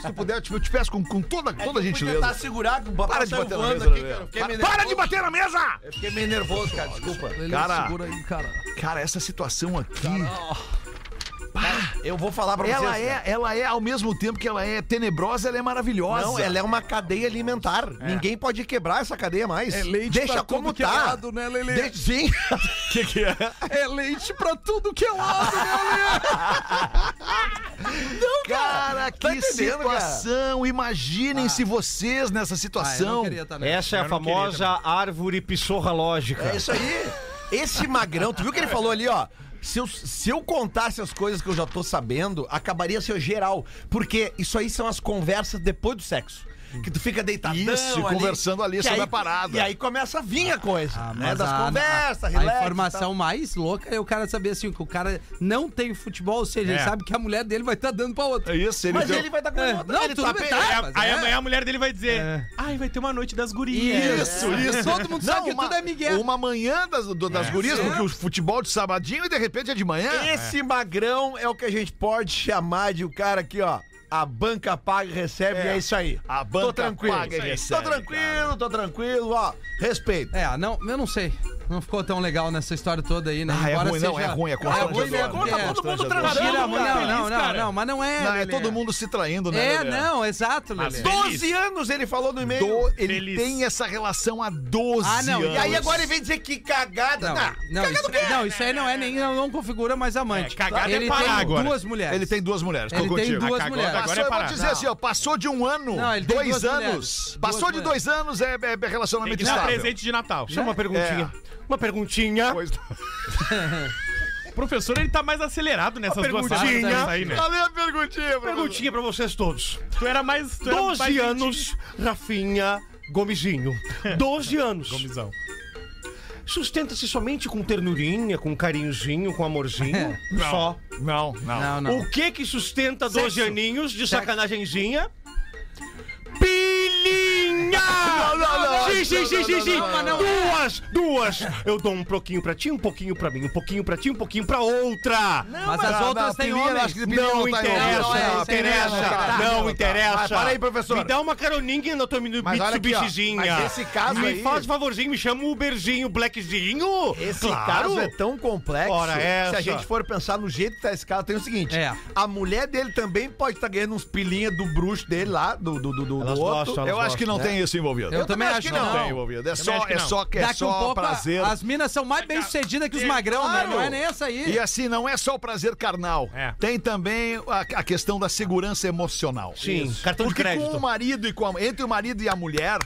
Se tu puder, eu te, eu te peço com, com É toda, toda a Vou gentileza. tentar segurar que o papai Para de saiu bater na voando mesa, um aqui, Lelê. cara. Fiquei Para, meio para nervoso. de bater na mesa! Eu Fiquei meio nervoso, cara, desculpa. Lelê, Cara. Segura aí, cara. Cara, essa situação aqui. Eu vou falar pra Ela vocês. né? é, ela é, ao mesmo tempo que ela é tenebrosa, ela é maravilhosa. Não, ela é uma cadeia alimentar. É. Ninguém pode quebrar essa cadeia mais. É leite Deixa pra como tudo que é tá. lado, né, Lelê? Deixa- sim. que, que é? É leite pra tudo que é lado, Cara, que é Tá entendendo, cara? Ah. situação. Imaginem-se vocês nessa situação. Essa é a famosa árvore pissorralógica. É isso aí. Esse magrão, tu viu o que ele falou ali, ó? Se eu, se eu contasse as coisas que eu já tô sabendo, acabaria ser geral. Porque isso aí são as conversas depois do sexo. Que tu fica deitadão Isso, ali, conversando ali que sobre aí- a parada. E aí começa a vir a coisa, né? Ah, Mas Das a- conversas, a, a relax e informação mais louca é o cara saber assim, que o cara não tem futebol, ou seja, ele É. sabe que a mulher dele vai estar dando pra outra. É isso, ele Mas deu- ele vai dar com É. outra. Não, ele tudo bem, bem. tá? Aí, mas aí é. amanhã a mulher dele vai dizer: Ai, vai ter uma noite das gurias. Isso, isso. Todo mundo sabe que uma, tudo é Miguel. Uma manhã das, do- das gurias, porque o futebol de sabadinho e de repente é de manhã. É, Esse magrão é o que a gente pode chamar de o cara aqui, ó. A banca paga e recebe e é isso aí. A banca tô tranquilo. paga e Tô recebe, tranquilo, tô tranquilo, ó. Respeito. É, não, eu não sei. Não ficou tão legal nessa história toda aí, né? Ah, é Embora ruim, não, é ruim, é ruim, né? constrangedor. Porque Tá todo mundo é- transando, Gira a mulher, cara. não, não, não, não, mas não é. Não, é Lelê. todo mundo se traindo, né? É, Lelê? não, exato, Lelê. Mas- 12 anos ele falou no e-mail. Do- ele Feliz. tem essa relação há 12 Ah, não, anos. E aí agora ele vem dizer que cagada. Não, Não, não, isso, não, isso aí não é nem não, não configura mais amante. É, cagada é ele parar tem agora. duas mulheres. Ele tem duas mulheres, Ele tô tem contigo. duas Ah, cagou. mulheres. Passou, Agora é eu vou parar. dizer assim, ó, passou de um ano, Não, ele tem dois duas anos. mulheres. Passou Duas de dois anos é, é- é Tem relacionamento que dar estável. presente de Natal. É. Só uma perguntinha. Uma perguntinha. Pois- O professor ele tá mais acelerado nessas Uma duas perguntinha. semanas aí, né? Valeu a perguntinha, perguntinha. Perguntinha pra vocês todos. Tu era mais. Tu era 12 mais anos, Rafinha Gomezinho. 12 anos. Gomizão. Sustenta-se somente com ternurinha, com carinhozinho, com amorzinho. Não. Só. Não, não. Não, não. O que que sustenta 12 Sexo. aninhos de sacanagemzinha? Pilinha! Sim, sim, sim, sim, sim. Duas, duas. Eu dou um pouquinho pra ti, um pouquinho pra mim, um pouquinho pra ti, um pouquinho pra outra. mas as outras têm pilinha, homens. acho que pilinha Não tá em interessa, outro. não, é, isso não aí não, não, interessa, tá, não interessa. Mas para aí, professor. Me dá uma caroninha na tua minu- Mas olha aqui, ó, Mitsubishizinha. mas esse caso Me aí- faz favorzinho, me chama o Uberzinho, Blackzinho. Esse claro. caso é tão complexo. Ora, Se é, essa. a gente for pensar no jeito que tá esse caso, tem o seguinte: É. a mulher dele também pode estar ganhando uns pilinha do bruxo dele lá, do, do, do, do Elas outro. gostam, elas Eu acho que É. não tem isso envolvido. Eu também acho que não, que não. tem envolvido. É acho só, que é não. só, que é Daqui um só pouco, a- prazer. as minas são mais bem sucedidas que os magrão, Claro. né? Não é nem essa aí. E assim, não é só o prazer carnal. É. Tem também a, a questão da segurança emocional. Sim, cartão de Porque com crédito. o marido e com a, entre o marido e a mulher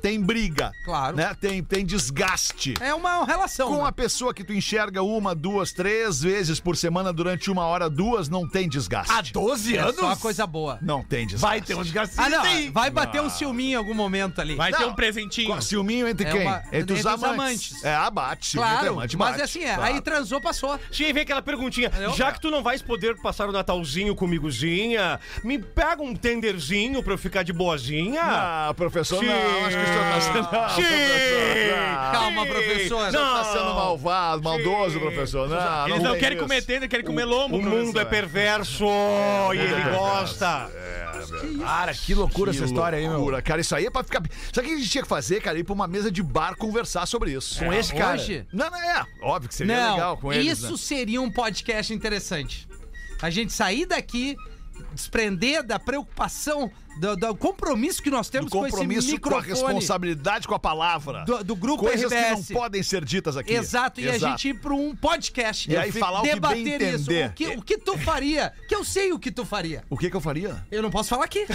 tem briga. Claro. Né? Tem, tem desgaste. É uma relação. Com né? a pessoa que tu enxerga uma, duas, três vezes por semana durante uma hora, duas, não tem desgaste. Há 12 É anos? só coisa boa. Não tem desgaste. Vai ter um desgaste. Ah, não. Tem. Vai bater um ciúminho em algum momento ali. Vai ter Não. um presentinho. Com ciúminho entre É quem? uma- Entre os entre os amantes. amantes. É, abate. ciúme entre Claro, amante, mas bate, é assim, é. claro. Aí transou, passou. Sim, vem aquela perguntinha. Entendeu? Já que tu não vais poder passar o Natalzinho comigozinha, me pega um tenderzinho pra eu ficar de boazinha. Ah, professor, Sim. não, acho que o senhor tá sendo... Não, Sim. professor, Ah, não. Calma, professora. O senhor tá Não. sendo malvado, maldoso, professor. Não, Eles não tem querem isso. comer tender, querem comer lombo. O mundo é professor. perverso e ele gosta. É. Cara, que loucura Que essa história aí, meu. loucura, cara, isso aí é pra ficar. Sabe o que a gente tinha que fazer, cara? Ir pra uma mesa de bar conversar sobre isso. É, Com esse cara. Hoje? Não, não, é. Óbvio que seria Não, legal com eles. isso né? seria um podcast interessante. A gente sair daqui, desprender da preocupação, do, do compromisso que nós Do temos com esse compromisso com, a microfone. responsabilidade com a palavra. do- do grupo Coisas RBS. que não podem ser ditas aqui. Exato, e a gente ir para um podcast. E aí falar o que bem Debater isso. entender. O que, o que tu faria? Que eu sei o que tu faria. O que, que eu faria? Eu não posso falar aqui.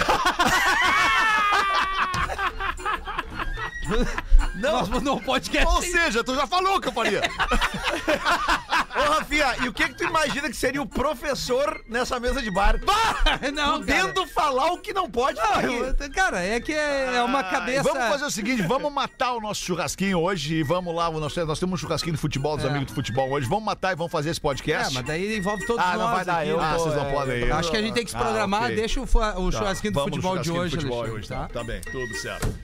Não, Nós vamos num podcast. Ou sem- seja, tu já falou o que eu faria. Ô, Rafinha, e o que que tu imagina que seria o professor nessa mesa de bar? Bah! Não, cara. Podendo falar o que não pode falar aqui. Eu- Cara, é que é é uma cabeça. Vamos fazer o seguinte, vamos matar o nosso churrasquinho hoje e vamos lá, nós, nós temos um churrasquinho de futebol, dos É. amigos de futebol hoje, vamos matar e vamos fazer esse É, podcast? Tá, mas daí envolve todos Ah, nós. não vai dar, aqui, eu né? Ah, vocês não É, podem ir. Acho que a gente tem que se Ah, programar. ok. Deixa o, fu- o Tá, churrasquinho do vamos no futebol de churrasquinho hoje, do futebol Alexandre, tá? tá? Tá bem, tudo certo.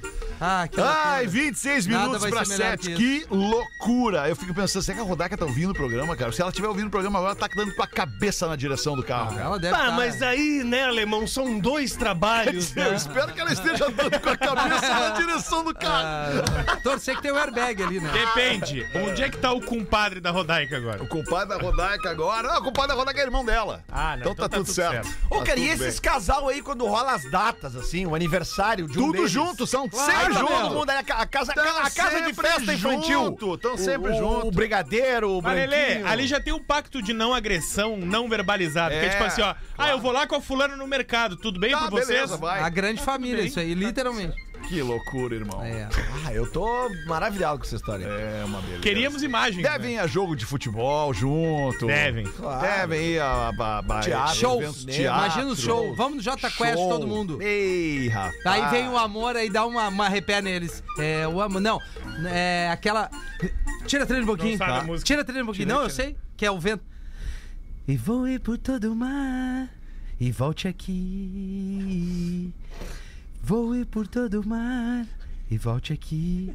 Ah, que Ai, loucura. 26 Nada minutos vai pra ser melhor 7. que Que, loucura! Eu fico pensando, será que a Rodaica tá ouvindo o programa, cara? Se ela estiver ouvindo o programa agora, tá dando com a cabeça na direção do carro, cara. Ela deve Ah, tá- é- mas aí, né, alemão, são dois trabalhos, Eu né? espero que ela esteja andando com a cabeça na direção do carro. Ah, torcer que tem o airbag ali, né? Depende. Onde é que tá o compadre da Rodaica agora? O compadre da Rodaica agora. Não, o compadre da Rodaica é irmão dela. Ah, não, Então, tá, tudo, certo. Ô, Tá cara, e tudo bem. esses casal aí, quando rola as datas, assim, o aniversário de um Tudo deles? junto, são Claro, tá sempre todo junto. mundo aí, a ca- a casa, Tão a casa de sempre festa infantil. junto, tão O- sempre o- junto. O brigadeiro, o Marelê, branquinho. ali já tem um pacto de não agressão, não verbalizado. que é É, tipo assim, ó. Ah, eu vou lá com a fulana no mercado, tudo bem Tá, pra vocês? beleza, vai. A grande família, isso aí, literalmente. Que loucura, irmão. É. Ah, eu tô maravilhado com essa história. É uma beleza. Queríamos imagens. Devem né? ir a jogo de futebol junto. Ah, Devem. Claro. Devem ir a, a, a Teatro, Show. eventos, né? teatro. Imagina o show. Vamos no Jota Quest, Show. todo mundo. Ei, rapaz. Aí vem o amor aí dá uma, uma repé neles. É, o amor. Não. É aquela. Tira a trilha um pouquinho. sabe a música. Tira a trilha um pouquinho. não, eu sei que é o vento. E vou ir por todo o mar. E volte aqui. Vou ir por todo o mar. E volte aqui.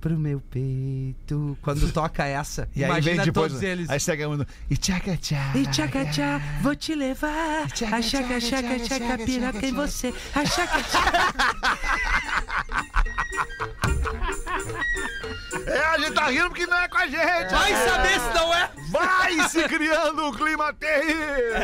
Pro meu peito. Quando toca essa. E aí vem imagina depois. né? todos eles. Aí segue a um música. E tchaca tchá. E tchaca tchá, vou te levar. A tchaca, tchaca, tchaca, piroca em você. A tchaca, tchaca. É, a gente tá rindo porque não é com a gente. Vai saber se não é! Vai se criando um clima terrível.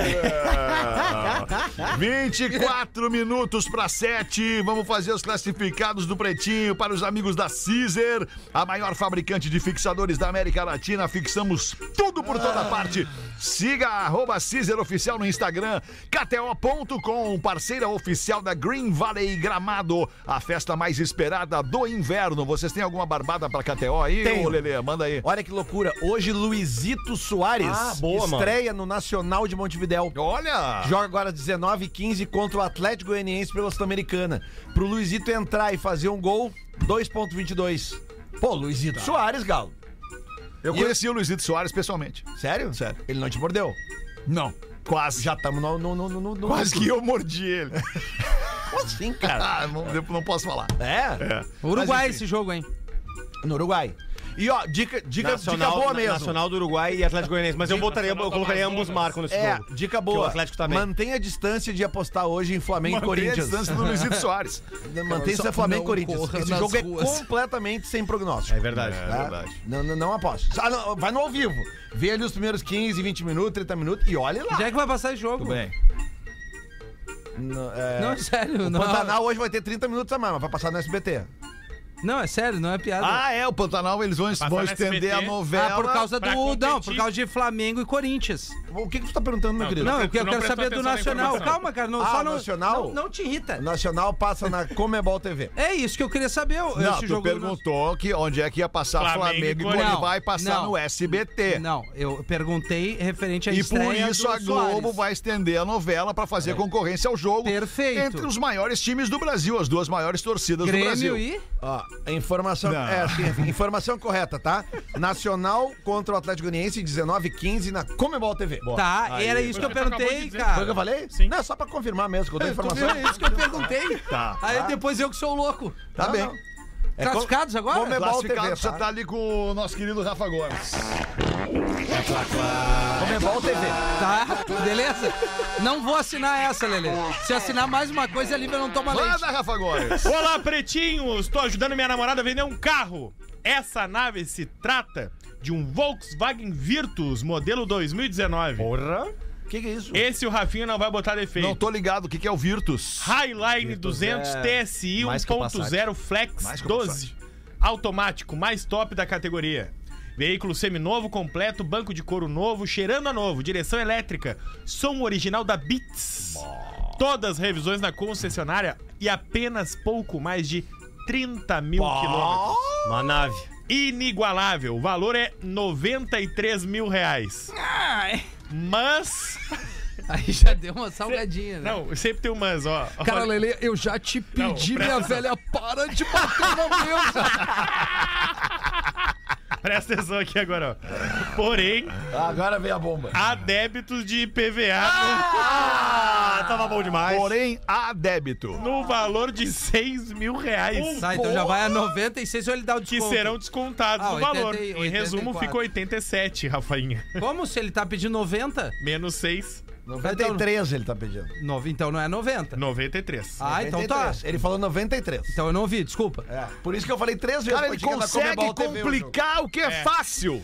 24 minutos para 7. Vamos fazer os classificados do Pretinho para os amigos da Caesar, a maior fabricante de fixadores da América Latina. Fixamos tudo por toda parte. Siga a arroba Caesar Oficial no Instagram, KTO.com, parceira oficial da Green Valley Gramado, a festa mais esperada do inverno. Vocês têm alguma barbada para KTO aí, Tenho. ô Lelê? Manda aí. Olha que loucura. Hoje, Luizito Soares Ah, boa, mano. estreia no Nacional de Montevidéu. Olha! Joga agora às 19 h 15 contra o Atlético Goianiense pela Sul-Americana. Pro Luizito entrar e fazer um gol, 2.22. Pô, Luizito Tá. Soares, Galo. Eu E conheci o Luizito Soares pessoalmente. Sério? Sério. Ele não te mordeu? Não. Quase. Já estamos no, no, no, no, no- Quase que eu mordi ele. Como assim, cara? Ah, não, eu não posso falar. É? Uruguai enfim. esse jogo, hein? No Uruguai. E ó, dica, dica, Nacional, dica boa mesmo. Nacional do Uruguai e Atlético Goianiense. Mas eu botaria, eu colocaria ambos marcam nesse É, jogo. dica boa. Que o Atlético tá bem. Mantenha a distância de apostar hoje em Flamengo Mantenha e a Corinthians. distância do Luizito Soares. Mantenha Só esse Flamengo e não Corinthians. corra Esse nas jogo ruas. é completamente sem prognóstico. Tá? É verdade. É. verdade. Não, não, não aposto. Ah, não, vai no ao vivo. Vê ali os primeiros 15, 20 minutos, 30 minutos e olha lá. Onde é que vai passar esse jogo? No, é, Não, sério, o não. Pantanal hoje vai ter 30 minutos a mais, mas vai passar no SBT. Não, é sério, não é piada. Ah, é, o Pantanal, eles vão, vão no estender SBT. a novela. Ah, por causa pra do. Não, por competir. causa de Flamengo e Corinthians. O que, que tu tá perguntando, meu querido? Não, eu tu quero, não eu quero prestou saber é do atenção na Nacional. informação. Calma, cara, não Ah, só não. Nacional? Não, não te irrita. O Nacional passa na Comebol TV. É isso que eu queria saber. Não, esse tu jogo perguntou que onde é que ia passar Flamengo, Flamengo e e quando Corinthians. vai passar Não. no SBT. Não, eu perguntei referente à E por estreia isso do a Globo Soares. É. vai estender a novela pra fazer concorrência ao jogo Perfeito. entre os maiores times do Brasil, as duas maiores torcidas do Brasil. Grêmio e. Ó, a informação, Não. é, assim, informação correta, tá? Nacional contra o Atlético Goianiense, 19 15 na Comebol TV. Tá, era isso que eu Foi o que tu acabou de perguntei, dizer. Foi o que cara. eu falei? Sim. Não, é só pra confirmar mesmo que eu dei informação. É isso que eu perguntei. Tá. Aí depois eu que sou o louco. Tá Não, bem. não. É Classificados agora? Comebol Classificado, TV, você tá? tá ali com o nosso querido Rafa Gomes. Comebol TV. Tá, beleza? Não vou assinar essa, Lelê. Se eu assinar mais uma coisa, a Lívia não toma leite. Manda, Rafa Gomes. Olá, pretinhos! Tô ajudando minha namorada a vender um carro. Essa nave se trata de um Volkswagen Virtus, modelo 2019. Porra. O que, que é isso? Esse o Rafinha não vai botar defeito. Não tô ligado, o que, que é o Virtus? Highline 200 TSI mais que o 1.0 Mais Flex que o 12. Automático, mais top da categoria. Veículo seminovo, completo, banco de couro novo, cheirando a novo, direção elétrica, som original da Beats. Todas revisões na concessionária e apenas pouco mais de 30 mil quilômetros. Uma nave. Inigualável. O valor é 93 mil reais. Mas. Aí já deu uma salgadinha, né? Não, sempre tem um mas, ó. Cara, Olha- Lele, eu já te pedi, Não, minha velha, para de bater na mesa. Presta atenção aqui agora, ó. Porém, Agora vem a bomba. há débitos de IPVA Ah, tava bom demais. Porém, há débito. no, no valor de 6 mil Um reais. Tá, então já vai a 96 ou ele dá o Um Que desconto. serão descontados Ah, no valor. 80 e- em resumo, 84. ficou 87, Rafainha. Como se ele tá pedindo 90? Menos 6, 93 ele tá pedindo. Nove- então não é 90. 93. Ah, então tá. 93. Ele falou 93. Então eu não vi, desculpa. É. Por isso que eu falei três vezes. Cara, pra ele dica da consegue Comebol TV o jogo. complicar o que é, fácil.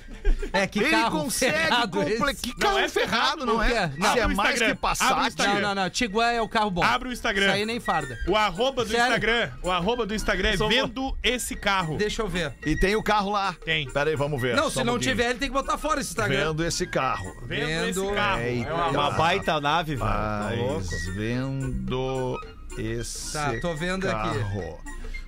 É que Ele carro consegue ferrado esse. complicar. Que Não, carro é ferrado, não porque- é? não. Se é Abre o mais Instagram, que abre o Passat. Instagram. Não, não, não. Tiguan é o carro bom. Abre o Instagram. Isso aí nem farda. O arroba do Sério? Instagram, o arroba do Instagram é Só vou- vendo esse carro. Deixa eu ver. E tem o carro lá. Tem. Pera aí, vamos ver. não, Só se um não pouquinho. tiver, ele tem que botar fora esse Instagram. Vendo esse carro. Vendo, esse Vendo- carro. Eita. É uma- Tá Uma baita nave, velho. Tá louco. Mas vendo esse Tá, tô vendo aqui. carro.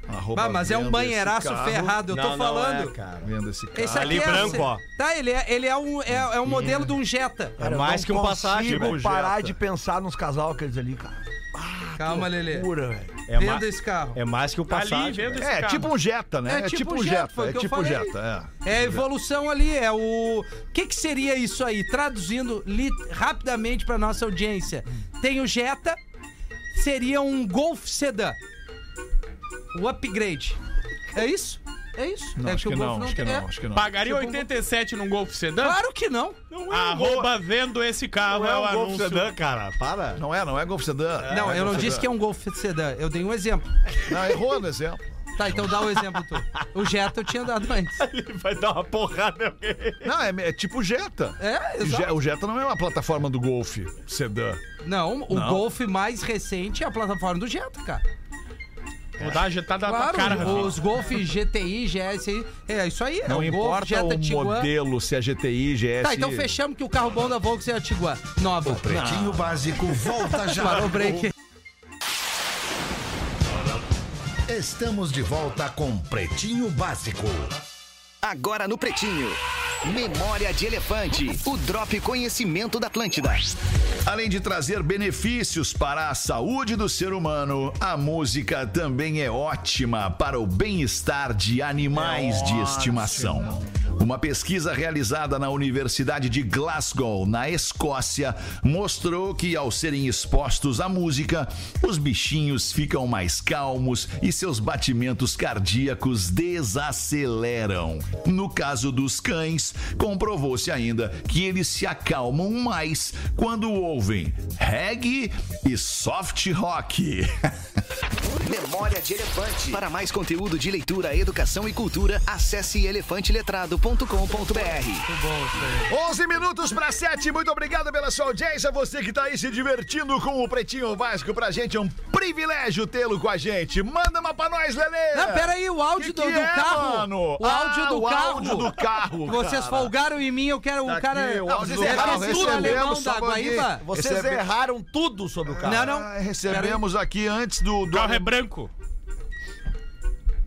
Arroba Bah, mas é um vendo banheiraço esse carro. ferrado, eu tô Não, não falando. é, cara. Vendo esse carro. Esse Ali aqui é branco, ó. Tá, ele é, ele é um, é, é um modelo de um Jetta. É Cara, eu mais não que um Passat, consigo velho. parar de pensar nos casal que eles ali, cara. Calma, Lelê. Pura, velho. É, Venda ma- esse carro. é mais que o Tá ali, Passat. vendo velho. esse É carro. tipo um Jetta, né? É tipo um Jetta, foi o é que eu tipo um falei. Jetta, é. É a evolução ali, é o. O que, que seria isso aí? Traduzindo li- rapidamente pra nossa audiência. Tem o Jetta, seria um Golf Sedan. O upgrade. É isso? É isso? Não, é acho que Golf não, acho que tem- não, é. acho que não. Pagaria 87 num Golf Sedã? Claro que não. Arroba vendo esse carro Não é o é um Golf anúncio. Sedan, cara. Para. Não é, não é Golf Sedan. Não, eu não disse que é um Golf Sedan. Eu dei um exemplo. Não, errou no exemplo. Tá, então dá o exemplo tu. O Jetta eu tinha dado antes. Ele vai dar uma porrada em alguém. Não, é, é tipo Jetta. É, E exato. Je- O Jetta não é uma plataforma do Golf Sedan. Não, o Não. Tá Golf mais recente é a plataforma do Jetta, cara. Vou dar uma ajetada na Claro, tua cara, Rafinha. os Golf GTI, GS, aí, é isso aí. Não é o Golf, importa Jetta, o Tiguan. modelo, se é GTI, GS. Tá, então fechamos que o carro bom da Volkswagen é a Tiguan. Nova. Pretinho Básico volta já. Parou o break. Estamos de volta com Pretinho Básico. Agora no Pretinho. Memória de Elefante. O Drop Conhecimento da Atlântida. Além de trazer benefícios para a saúde do ser humano, a música também é ótima para o bem-estar de É animais de estimação. Uma pesquisa realizada na Universidade de Glasgow, na Escócia, mostrou que ao serem expostos à música, os bichinhos ficam mais calmos e seus batimentos cardíacos desaceleram. No caso dos cães, comprovou-se ainda que eles se acalmam mais quando ouvem reggae e soft rock. Memória de Elefante. Para mais conteúdo de leitura, educação e cultura, acesse elefanteletrado.com.br. 11 minutos para 7. Muito obrigado pela sua audiência. Você que tá aí se divertindo com o Pretinho Básico. Pra gente é um privilégio tê-lo com a gente. Manda uma pra nós, Lelê. Não, peraí, o áudio do, do carro. O áudio é, Ah, do o carro. áudio do carro. Vocês cara. folgaram em mim, eu quero o Tá cara. aqui, o Não, áudio vocês do carro, erraram tudo, recebemos, alemão da só mandei. Guaíba. Vocês Recebe- erraram tudo sobre o carro. Não, não. Ah, recebemos aqui antes do, O do carro é ale- branco.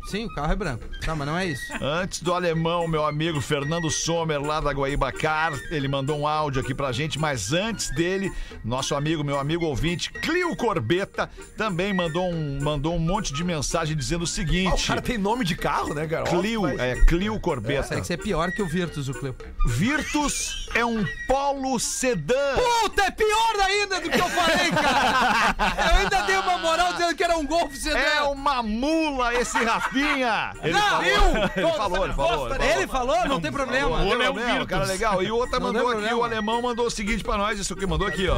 Sim, o carro é branco. Tá, mas não é isso. antes do alemão, meu amigo Fernando Sommer, lá da Guaíba Car. Ele mandou um áudio aqui pra gente, mas antes dele, nosso amigo, meu amigo ouvinte, Clio Corbeta, também mandou um, mandou um monte de mensagem dizendo o Ah, seguinte. o cara tem nome de carro, né, cara? Clio, Ó, é Clio Corbeta. Será que você tá é pior que o Virtus, o Cleo? Virtus é um polo sedã. Puta, é pior ainda do que eu falei, cara! Eu ainda dei uma moral dizendo que era um golfe sedã. É uma mula esse Rafinha. Ele Não, falou, eu! ele falou, ele falou, ele falou. Ele falou, não tem problema. O homem é o Legal, Virtus. cara legal. E outra Não mandou tem aqui, problema. o alemão mandou o seguinte pra nós, isso que mandou aqui, ó.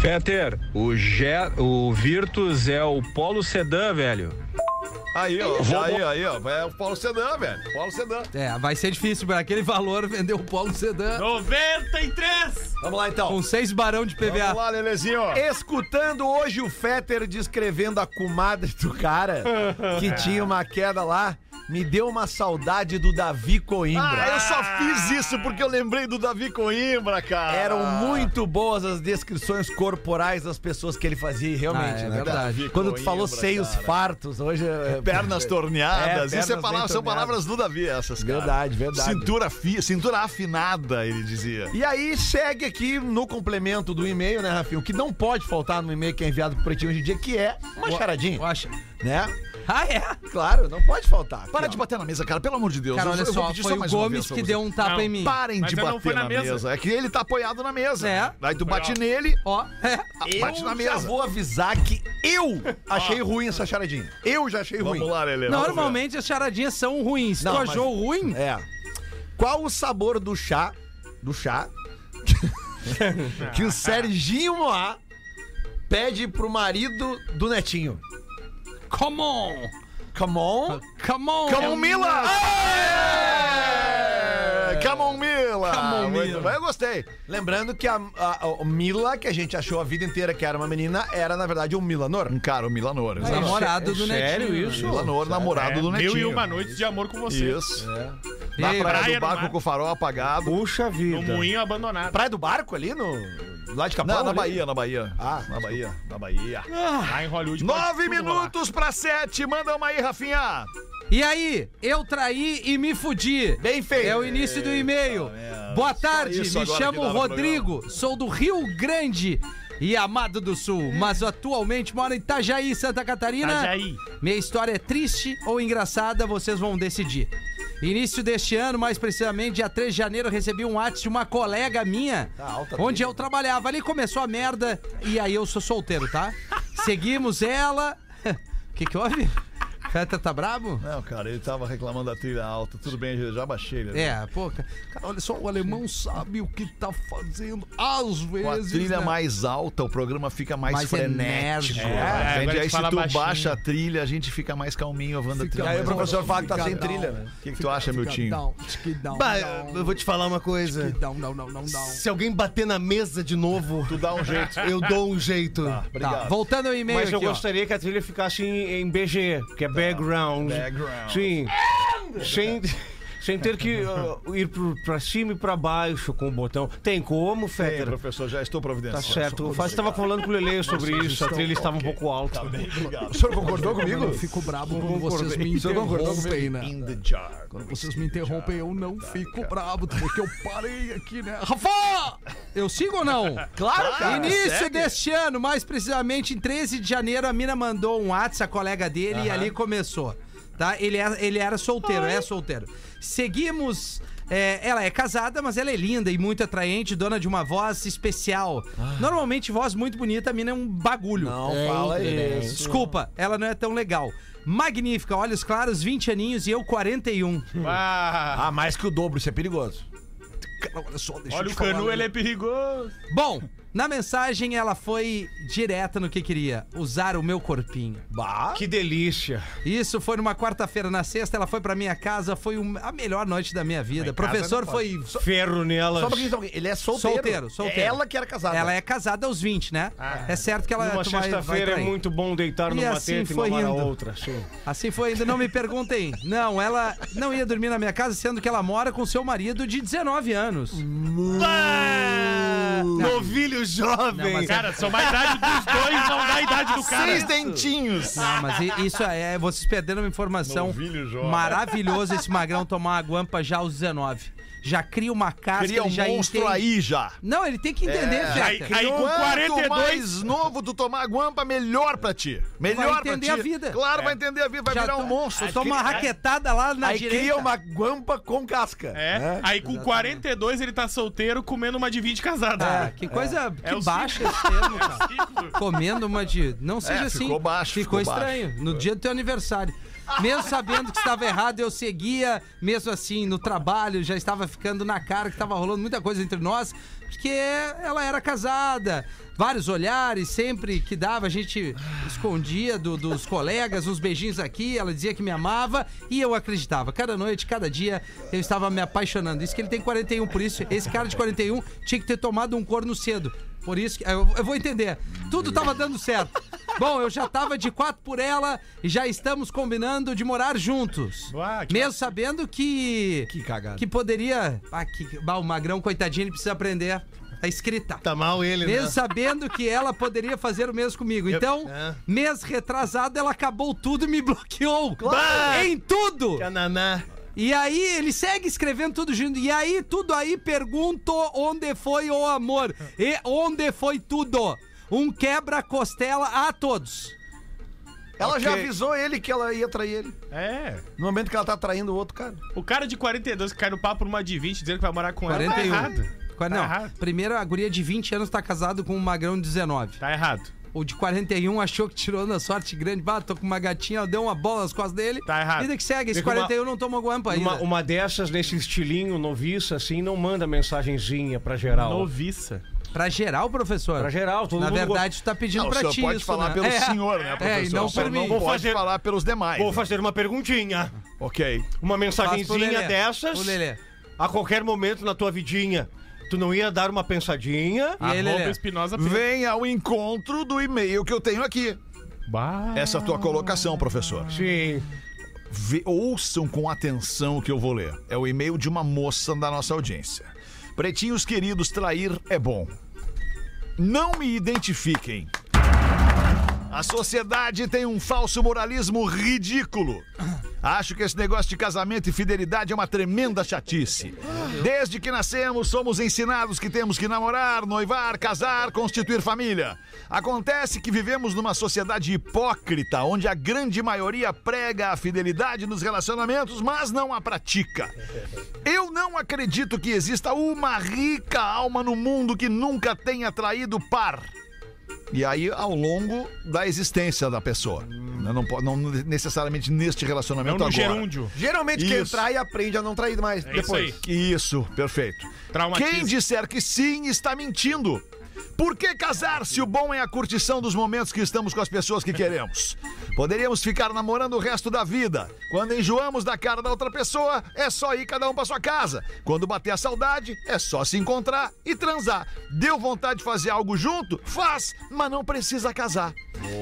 Fetter, o, Je- o Virtus é o Polo Sedã, velho. Aí, ó, aí, aí, ó. É o Paulo Sedã, velho. Paulo Sedã. É, vai ser difícil por aquele valor vender o Polo Sedã 93! Vamos lá, então. com seis barão de PVA. Vamos lá, Lelezinho. É, Escutando hoje o Fetter descrevendo a comadre do cara, que tinha uma queda lá, me deu uma saudade do Davi Ah, Coimbra. eu só fiz isso porque eu lembrei do Davi Coimbra, cara. Eram muito boas as descrições corporais das pessoas que ele fazia, e realmente, Ah, é né? cara? verdade. Quando tu falou Coimbra, seios cara. fartos, hoje. é- Pernas torneadas. É, isso é pernas palavra- bem são palavras torneadas. do Davi, essas, cara. Verdade, verdade. Cintura, fi, cintura afinada, ele dizia. E aí segue aqui no complemento do e-mail, né, Rafinha? O que não pode faltar no e-mail que é enviado pro Pretinho hoje em dia, que é uma charadinha, Acha? né? Ah, é? Claro, não pode faltar. Para de bater na mesa, cara, pelo amor de Deus. Cara, Eu- olha eu vou só, pedir foi o mais uma Gomes vez, que Gomes. deu um tapa Não, em mim. Parem Mas de eu não bater fui na, na mesa. mesa. É que ele tá apoiado na mesa. É. Aí tu bate Foi, ó. nele, Ó, é. bate na Já mesa. vou avisar que eu achei ruim essa charadinha. Eu já achei ruim. Vamos lá, Lelê. vamos ver. Normalmente as charadinhas são ruins. Não, tu mas- achou ruim? É. Qual o sabor do chá? Do chá? que o Serginho Moá pede pro marido do netinho. Come on! Come on. Come on! Camomila! É! Camomila! Camomila. Muito bem, Eu gostei. Lembrando que a, a- a Mila, que a gente achou a vida inteira que era uma menina, era na verdade um Milanor. Um cara, o Milanor. É o exato. namorado do sério Netinho. isso? Milanor, namorado É, do Netinho. Mil e uma noites de amor com você. Isso. Na Ei, praia praia do no barco mar. com o farol apagado. Puxa vida. No Um então. moinho abandonado. Praia do Barco ali no. Lá de Capão? Não, na ali? Bahia, na Bahia. Ah, na Bahia, na Bahia. Lá em Hollywood. pode Nove tudo minutos pra sete. Manda uma aí, Rafinha. E aí, eu traí e me fudi. Bem feito. É o início do e-mail. Boa tarde, isso me agora chamo que dá no Rodrigo, sou do Rio Grande e amado do Sul, mas atualmente moro em Itajaí, Santa Catarina. Itajaí. Minha história é triste ou engraçada, vocês vão decidir. Início deste ano, mais precisamente dia 3 de janeiro, recebi um WhatsApp de uma colega minha, Tá onde eu trabalhava. Ali começou a merda e aí eu sou solteiro, tá? Seguimos ela. O que que houve? Feta tá brabo? Não, cara, ele tava reclamando da trilha alta. Tudo bem, já- já baixei. né? É, pô, ca- cara, olha só, o alemão sabe o que tá fazendo às vezes. Com a trilha né? mais alta, o programa fica mais, Mais frenético. enérgico. É, entende? agora aí te se fala tu baixinho. baixa a trilha, a gente fica mais calminho, a Fica trilha. Aí o mais professor alta. fala que tá sem Fica trilha, down. né? O que, que tu acha, meu Fica Tinho? down, tique down, Bah, down, eu vou te falar uma coisa. tique down, não, não, não, não. Se alguém bater na mesa de novo, Tu dá um jeito. eu dou um jeito. Tá, voltando ao e-mail Mas eu aqui, ó. gostaria que a trilha ficasse em, em BG, que é background. Background. Sim. Sem, sem ter que uh, ir pro, pra cima e pra baixo com o botão. Tem como, Ei, Fetter? professor, já estou Tá providenciando. certo. O Fábio estava falando com o Lele sobre isso. A trilha estava um pouco alta. Obrigado. O senhor concordou comigo? Eu fico brabo quando vocês me Você concordou interrompem, né? In the jar. Quando vocês me interrompem, eu não fico bravo, porque eu parei aqui, né? Rafa! Eu sigo ou não? Claro, cara, Início segue. deste ano, mais precisamente em 13 de janeiro, a mina mandou um WhatsApp, a colega dele, e ali começou. Tá? Ele, é- ele era solteiro, é solteiro. Seguimos. é, ela é casada, mas ela é linda e muito atraente, dona de uma voz especial. Normalmente, voz muito bonita, a mina é um bagulho. É, Não fala isso. Desculpa, ela não é tão legal. Magnífica, olhos claros, 20 aninhos e um. eu 41. Ah, Ah, mais que o dobro, isso é perigoso. olha o canu, ele é perigoso. Bom, na mensagem ela foi direta no que queria: usar o meu corpinho. Bah. Que delícia. Isso foi numa quarta-feira, na sexta ela foi pra minha casa, foi um- a melhor noite da minha vida. Professor foi. Ferro nelas. Só pra quem ele é solteiro. Solteiro, solteiro. É ela que era casada. Ela é casada aos 20, né? Ah. é certo que ela Numa tu vai- vai sexta-feira é trair. muito bom deitar E numa assim teta e foi mamar a indo. outra. Sim. Assim foi ainda, não me perguntem. Não, ela não ia dormir na minha casa, sendo que ela mora com seu marido de 19 anos. Novilho jovem. Cara, são mais idade dos dois, não dá a idade do cara. Ah, Seis dentinhos. Não, Ah, mas i- isso é, vocês perderam uma informação. Novilho jovem. Maravilhoso esse magrão tomar uma guampa já aos 19. Já cria uma casca, Cria ele um já monstro entende- aí já. Não, ele tem que entender, É, Feta. aí- aí com Quanto 42 mais novo tu tomar a guampa, melhor pra ti. Melhor pra entender ti. a vida. É. Claro, vai entender a vida, vai Já tá. virar um to- monstro. Toma uma raquetada lá na Aí direita. cria uma guampa com casca. É, né? aí com 42 ele tá solteiro comendo uma de 20 casada. É, que coisa É o que baixa esse termo, cara. Ciclo. Comendo uma de. Não seja assim. É, ficou baixo, Ficou, ficou baixo. estranho. No dia do teu aniversário. Mesmo sabendo que estava errado, eu seguia, mesmo assim, no trabalho, já estava ficando na cara que estava rolando muita coisa entre nós, porque ela era casada. Vários olhares, sempre que dava, a gente escondia do- dos colegas, uns beijinhos aqui, ela dizia que me amava e eu acreditava. Cada noite, cada dia, eu estava me apaixonando. Isso que ele tem 41, por isso, esse cara de 41 tinha que ter tomado um corno cedo. Por isso que eu, eu vou entender. Tudo tava dando certo. Bom, eu já tava de quatro por ela e já estamos combinando de morar juntos. Ah, que mesmo sabendo que. Que cagada. Que poderia. Ah, que, bah, o Magrão, coitadinho, ele precisa aprender a escrita. Tá mal ele, Mesmo né? sabendo que ela poderia fazer o mesmo comigo. Então, é. mês retrasado, ela acabou tudo e me bloqueou. Em tudo! Cananá. E aí ele segue escrevendo tudo junto. E aí tudo aí pergunto onde foi o amor e onde foi tudo. Um quebra-costela a todos. Ela já Ok. avisou ele que ela ia trair ele. É. No momento que ela tá traindo o outro cara. O cara de 42 que cai no papo numa de 20 dizendo que vai morar com ela. 41. Tá errado. Qua- Tá Não, errado. primeiro a guria de 20 anos tá casado com um magrão de 19. Tá errado. O de 41 achou que tirou na sorte grande. Bah, tô com uma gatinha, deu uma bola nas costas dele. Tá errado. Vida que segue, esse Vê que uma- 41 não toma guampa ainda. Uma, um- uma dessas, nesse estilinho noviça, assim, não manda mensagenzinha pra geral. Noviça. Pra geral, professor? Pra geral, todo Na mundo verdade, tu tá pedindo Não, o pra senhor ti pode isso, falar né? pelo É. senhor, né, professor? É, e não O senhor por não mim. Vou pode fazer- falar pelos demais. Vou né? fazer uma perguntinha. Ok. Uma Faz pro mensagenzinha Lelê. dessas. Pro Lelê. A qualquer momento na tua vidinha, tu não ia dar uma pensadinha. E aí, Arroba Lelê? Espinosa Pinto. Vem ao encontro do e-mail que eu tenho aqui. Bah. Essa tua colocação, professor. Sim. Ve- ouçam com atenção o que eu vou ler. É o e-mail de uma moça da nossa audiência. Pretinhos queridos, trair é bom. Não me identifiquem. A sociedade tem um falso moralismo ridículo. Acho que esse negócio de casamento e fidelidade é uma tremenda chatice. Desde que nascemos, somos ensinados que temos que namorar, noivar, casar, constituir família. Acontece que vivemos numa sociedade hipócrita, onde a grande maioria prega a fidelidade nos relacionamentos, mas não a pratica. Eu não acredito que exista uma rica alma no mundo que nunca tenha traído par. E aí, ao longo da existência da pessoa. Né? Não, po- não necessariamente neste Hum. Não relacionamento no agora. gerúndio. Geralmente quem Isso. trai aprende a não trair mais É depois. isso aí. Isso, perfeito. Traumatiza. Quem disser que sim está mentindo. Por que casar se o bom é a curtição dos momentos que estamos com as pessoas que queremos? Poderíamos ficar namorando o resto da vida. Quando enjoamos da cara da outra pessoa, é só ir cada um pra sua casa. Quando bater a saudade, é só se encontrar e transar. Deu vontade de fazer algo junto? Faz, mas não precisa casar.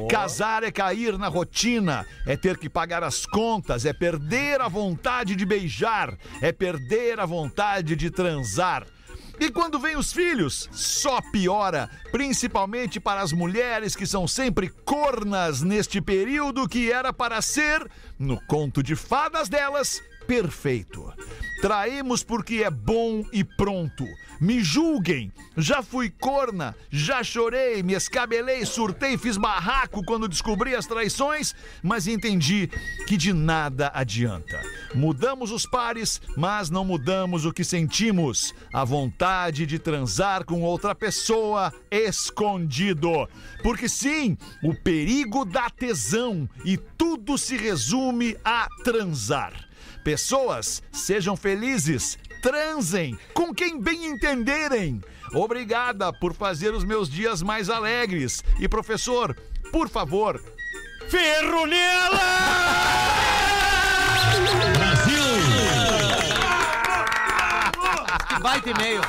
Casar é cair na rotina, é ter que pagar as contas, é perder a vontade de beijar, é perder a vontade de transar. E quando vem os filhos, só piora, principalmente para as mulheres que são sempre cornas neste período que era para ser, no conto de fadas delas, perfeito. Traímos porque é bom e pronto. Me julguem, já fui corna, já chorei, me escabelei, surtei, fiz barraco quando descobri as traições, mas entendi que de nada adianta. Mudamos os pares, mas não mudamos o que sentimos. A vontade de transar com outra pessoa escondido. Porque sim, o perigo da tesão e tudo se resume a transar. Pessoas, sejam felizes, transem com quem bem entenderem. Obrigada por fazer os meus dias mais alegres. E professor, por favor, Ferro nela! Baita e-mail.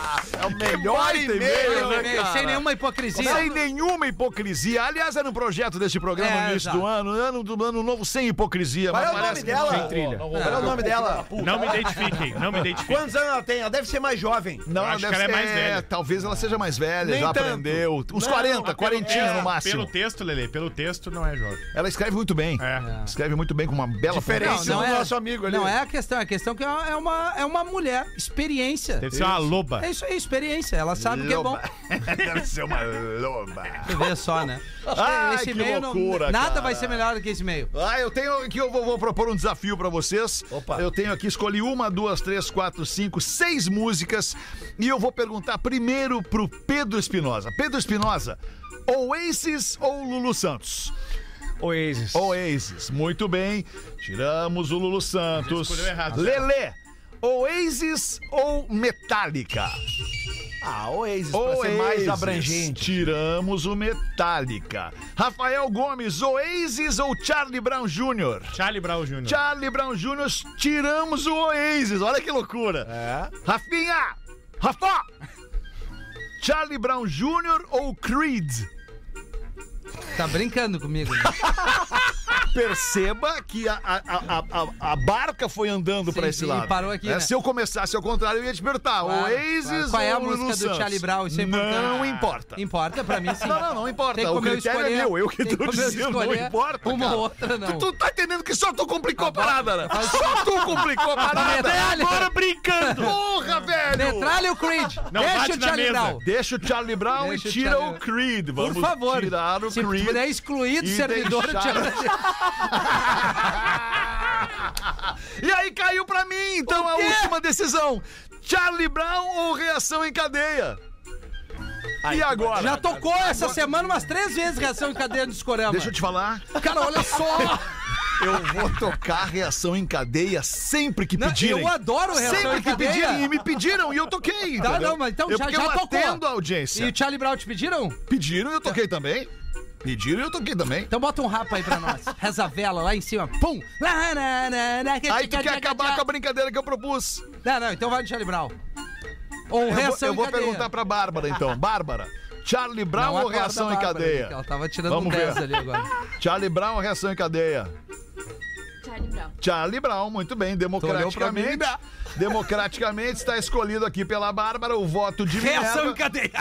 é o melhor e-mail, e-mail, Baita né, e-mail, cara? Sem nenhuma hipocrisia. Sem nenhuma hipocrisia. Aliás, era um projeto deste programa É, no início exato. do ano, ano do ano novo sem hipocrisia. Qual mas é o nome parece que não tem dela? trilha. Qual é o nome dela? Não me identifiquem, não me identifiquem. Quantos anos ela tem? Ela deve ser mais jovem. Não, Eu acho deve que ela é ser- mais velha. Talvez ela seja mais velha, Nem já tanto. aprendeu. Uns Não, 40, Pelo- 40 é, no máximo. Pelo texto, Lele, pelo texto não é jovem. Ela escreve muito bem. É. Escreve muito bem, com uma bela Diferente. pronúncia. do nosso amigo ali. Não é a questão, é a questão que é uma- é uma, é uma mulher, experiência. Deve ser uma loba. É isso aí, experiência. Ela sabe o que é bom. Deve ser uma loba. Tu vê só, né? Ai, que e-mail loucura, Nada cara. vai ser melhor do que esse e-mail. Ah, eu tenho aqui, eu vou, vou propor um desafio pra vocês. Opa. Eu tenho aqui, escolhi uma, duas, três, quatro, cinco, seis músicas. E eu vou perguntar primeiro pro Pedro Espinosa. Pedro Espinosa, Oasis ou Lulu Santos? Oasis. Oasis, muito bem. Tiramos o Lulu Santos. escolheu errado. Lelê, Oasis ou Metallica? Ah, Oasis, pra ser mais Oasis. abrangente. Tiramos o Metallica. Rafael Gomes, Oasis ou Charlie Brown Jr.? Charlie Brown Jr. Charlie Brown Jr., tiramos o Oasis. Olha que loucura. É. Rafinha! Rafa! Charlie Brown Jr. ou Creed? Tá brincando comigo, né? Perceba que a, a- a- a- a barca foi andando Sim, pra esse sim, lado. É, parou aqui, né? Se eu começasse ao contrário, eu ia despertar. Claro, Oasis claro. Qual é a ou música Lulu do Santos? Charlie Brown? Isso é importante. Não importa. Importa pra mim, sim. Não, não, não importa. Tem o como eu critério é escolher- meu. Eu que tô tem como eu dizendo, não escolher importa. uma cara. ou outra, não. Tu, tu tá entendendo que só tu complicou a parada, né? Só tu complicou a parada. Metallica. brincando. Porra, velho. Tralha o Creed. Não, bate Deixa o na Charlie mesa. Brown. Deixa o Charlie Brown Deixa e o tira Charlie- o Creed. Por Vamos favor. Tipo, né, tirar o Se Creed. puder excluir do e servidor o deixar- Charlie E aí caiu pra mim, então, a última decisão. Charlie Brown ou reação em cadeia? e agora? Já tocou essa semana umas três vezes reação em cadeia no discorama. Deixa eu te falar. Cara, olha só. Eu vou tocar reação em cadeia sempre que Não, pedirem. eu adoro reação Sempre em que cadeia. pedirem e me pediram e eu toquei. Tá, entendeu? não, mas então eu, já, porque já eu tocou. atendo a audiência. E o Charlie Brown te pediram? Pediram e eu toquei também. Pediram e eu toquei também. Então bota um rapa aí pra nós. Reza a vela lá em cima. Pum! Aí tu quer acabar com a brincadeira que eu propus. Não, não, então vai no Charlie Brown. Ou Eu vou, reação eu em vou cadeia. perguntar pra Bárbara, então. Bárbara, Charlie Brown Não ou acorda reação a em Bárbara, cadeia? que Ela tava tirando Vamos um ver. 10 ali agora. Charlie Brown ou reação em cadeia? Charlie Brown. Charlie Brown, muito bem, democraticamente. Democraticamente está escolhido aqui pela Bárbara o voto de Reação em Minerva. cadeia.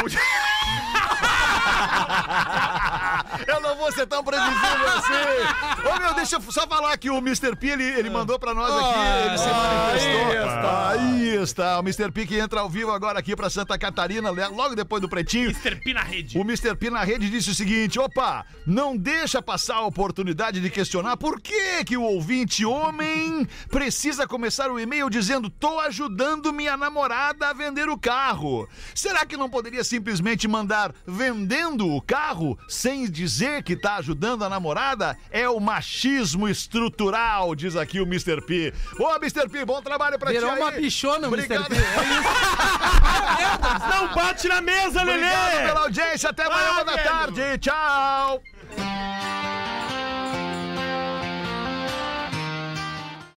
Eu não vou ser tão previsível assim. Ô meu, deixa eu só falar que o Mr. P, ele, Ah. ele mandou pra nós aqui, ele se manifestou. Aí está. O Mr. P que entra ao vivo agora aqui pra Santa Catarina, le- logo depois do Pretinho. Mr. P na rede. O Mr. P na rede disse o seguinte: opa, não deixa passar a oportunidade de questionar por que, que o ouvinte homem precisa começar o e-mail dizendo: tô ajudando minha namorada a vender o carro. Será que não poderia simplesmente mandar vendendo o carro sem dizer que tá ajudando a namorada? É o machismo estrutural, diz aqui o Mr. P. Ô, Mr. P, bom trabalho pra ti. Virou aí. uma bichona, o Mr. Obrigado. P. É isso. Não bate na mesa, Lelê! Obrigado pela audiência, até amanhã Ah, da velho. tarde. Tchau!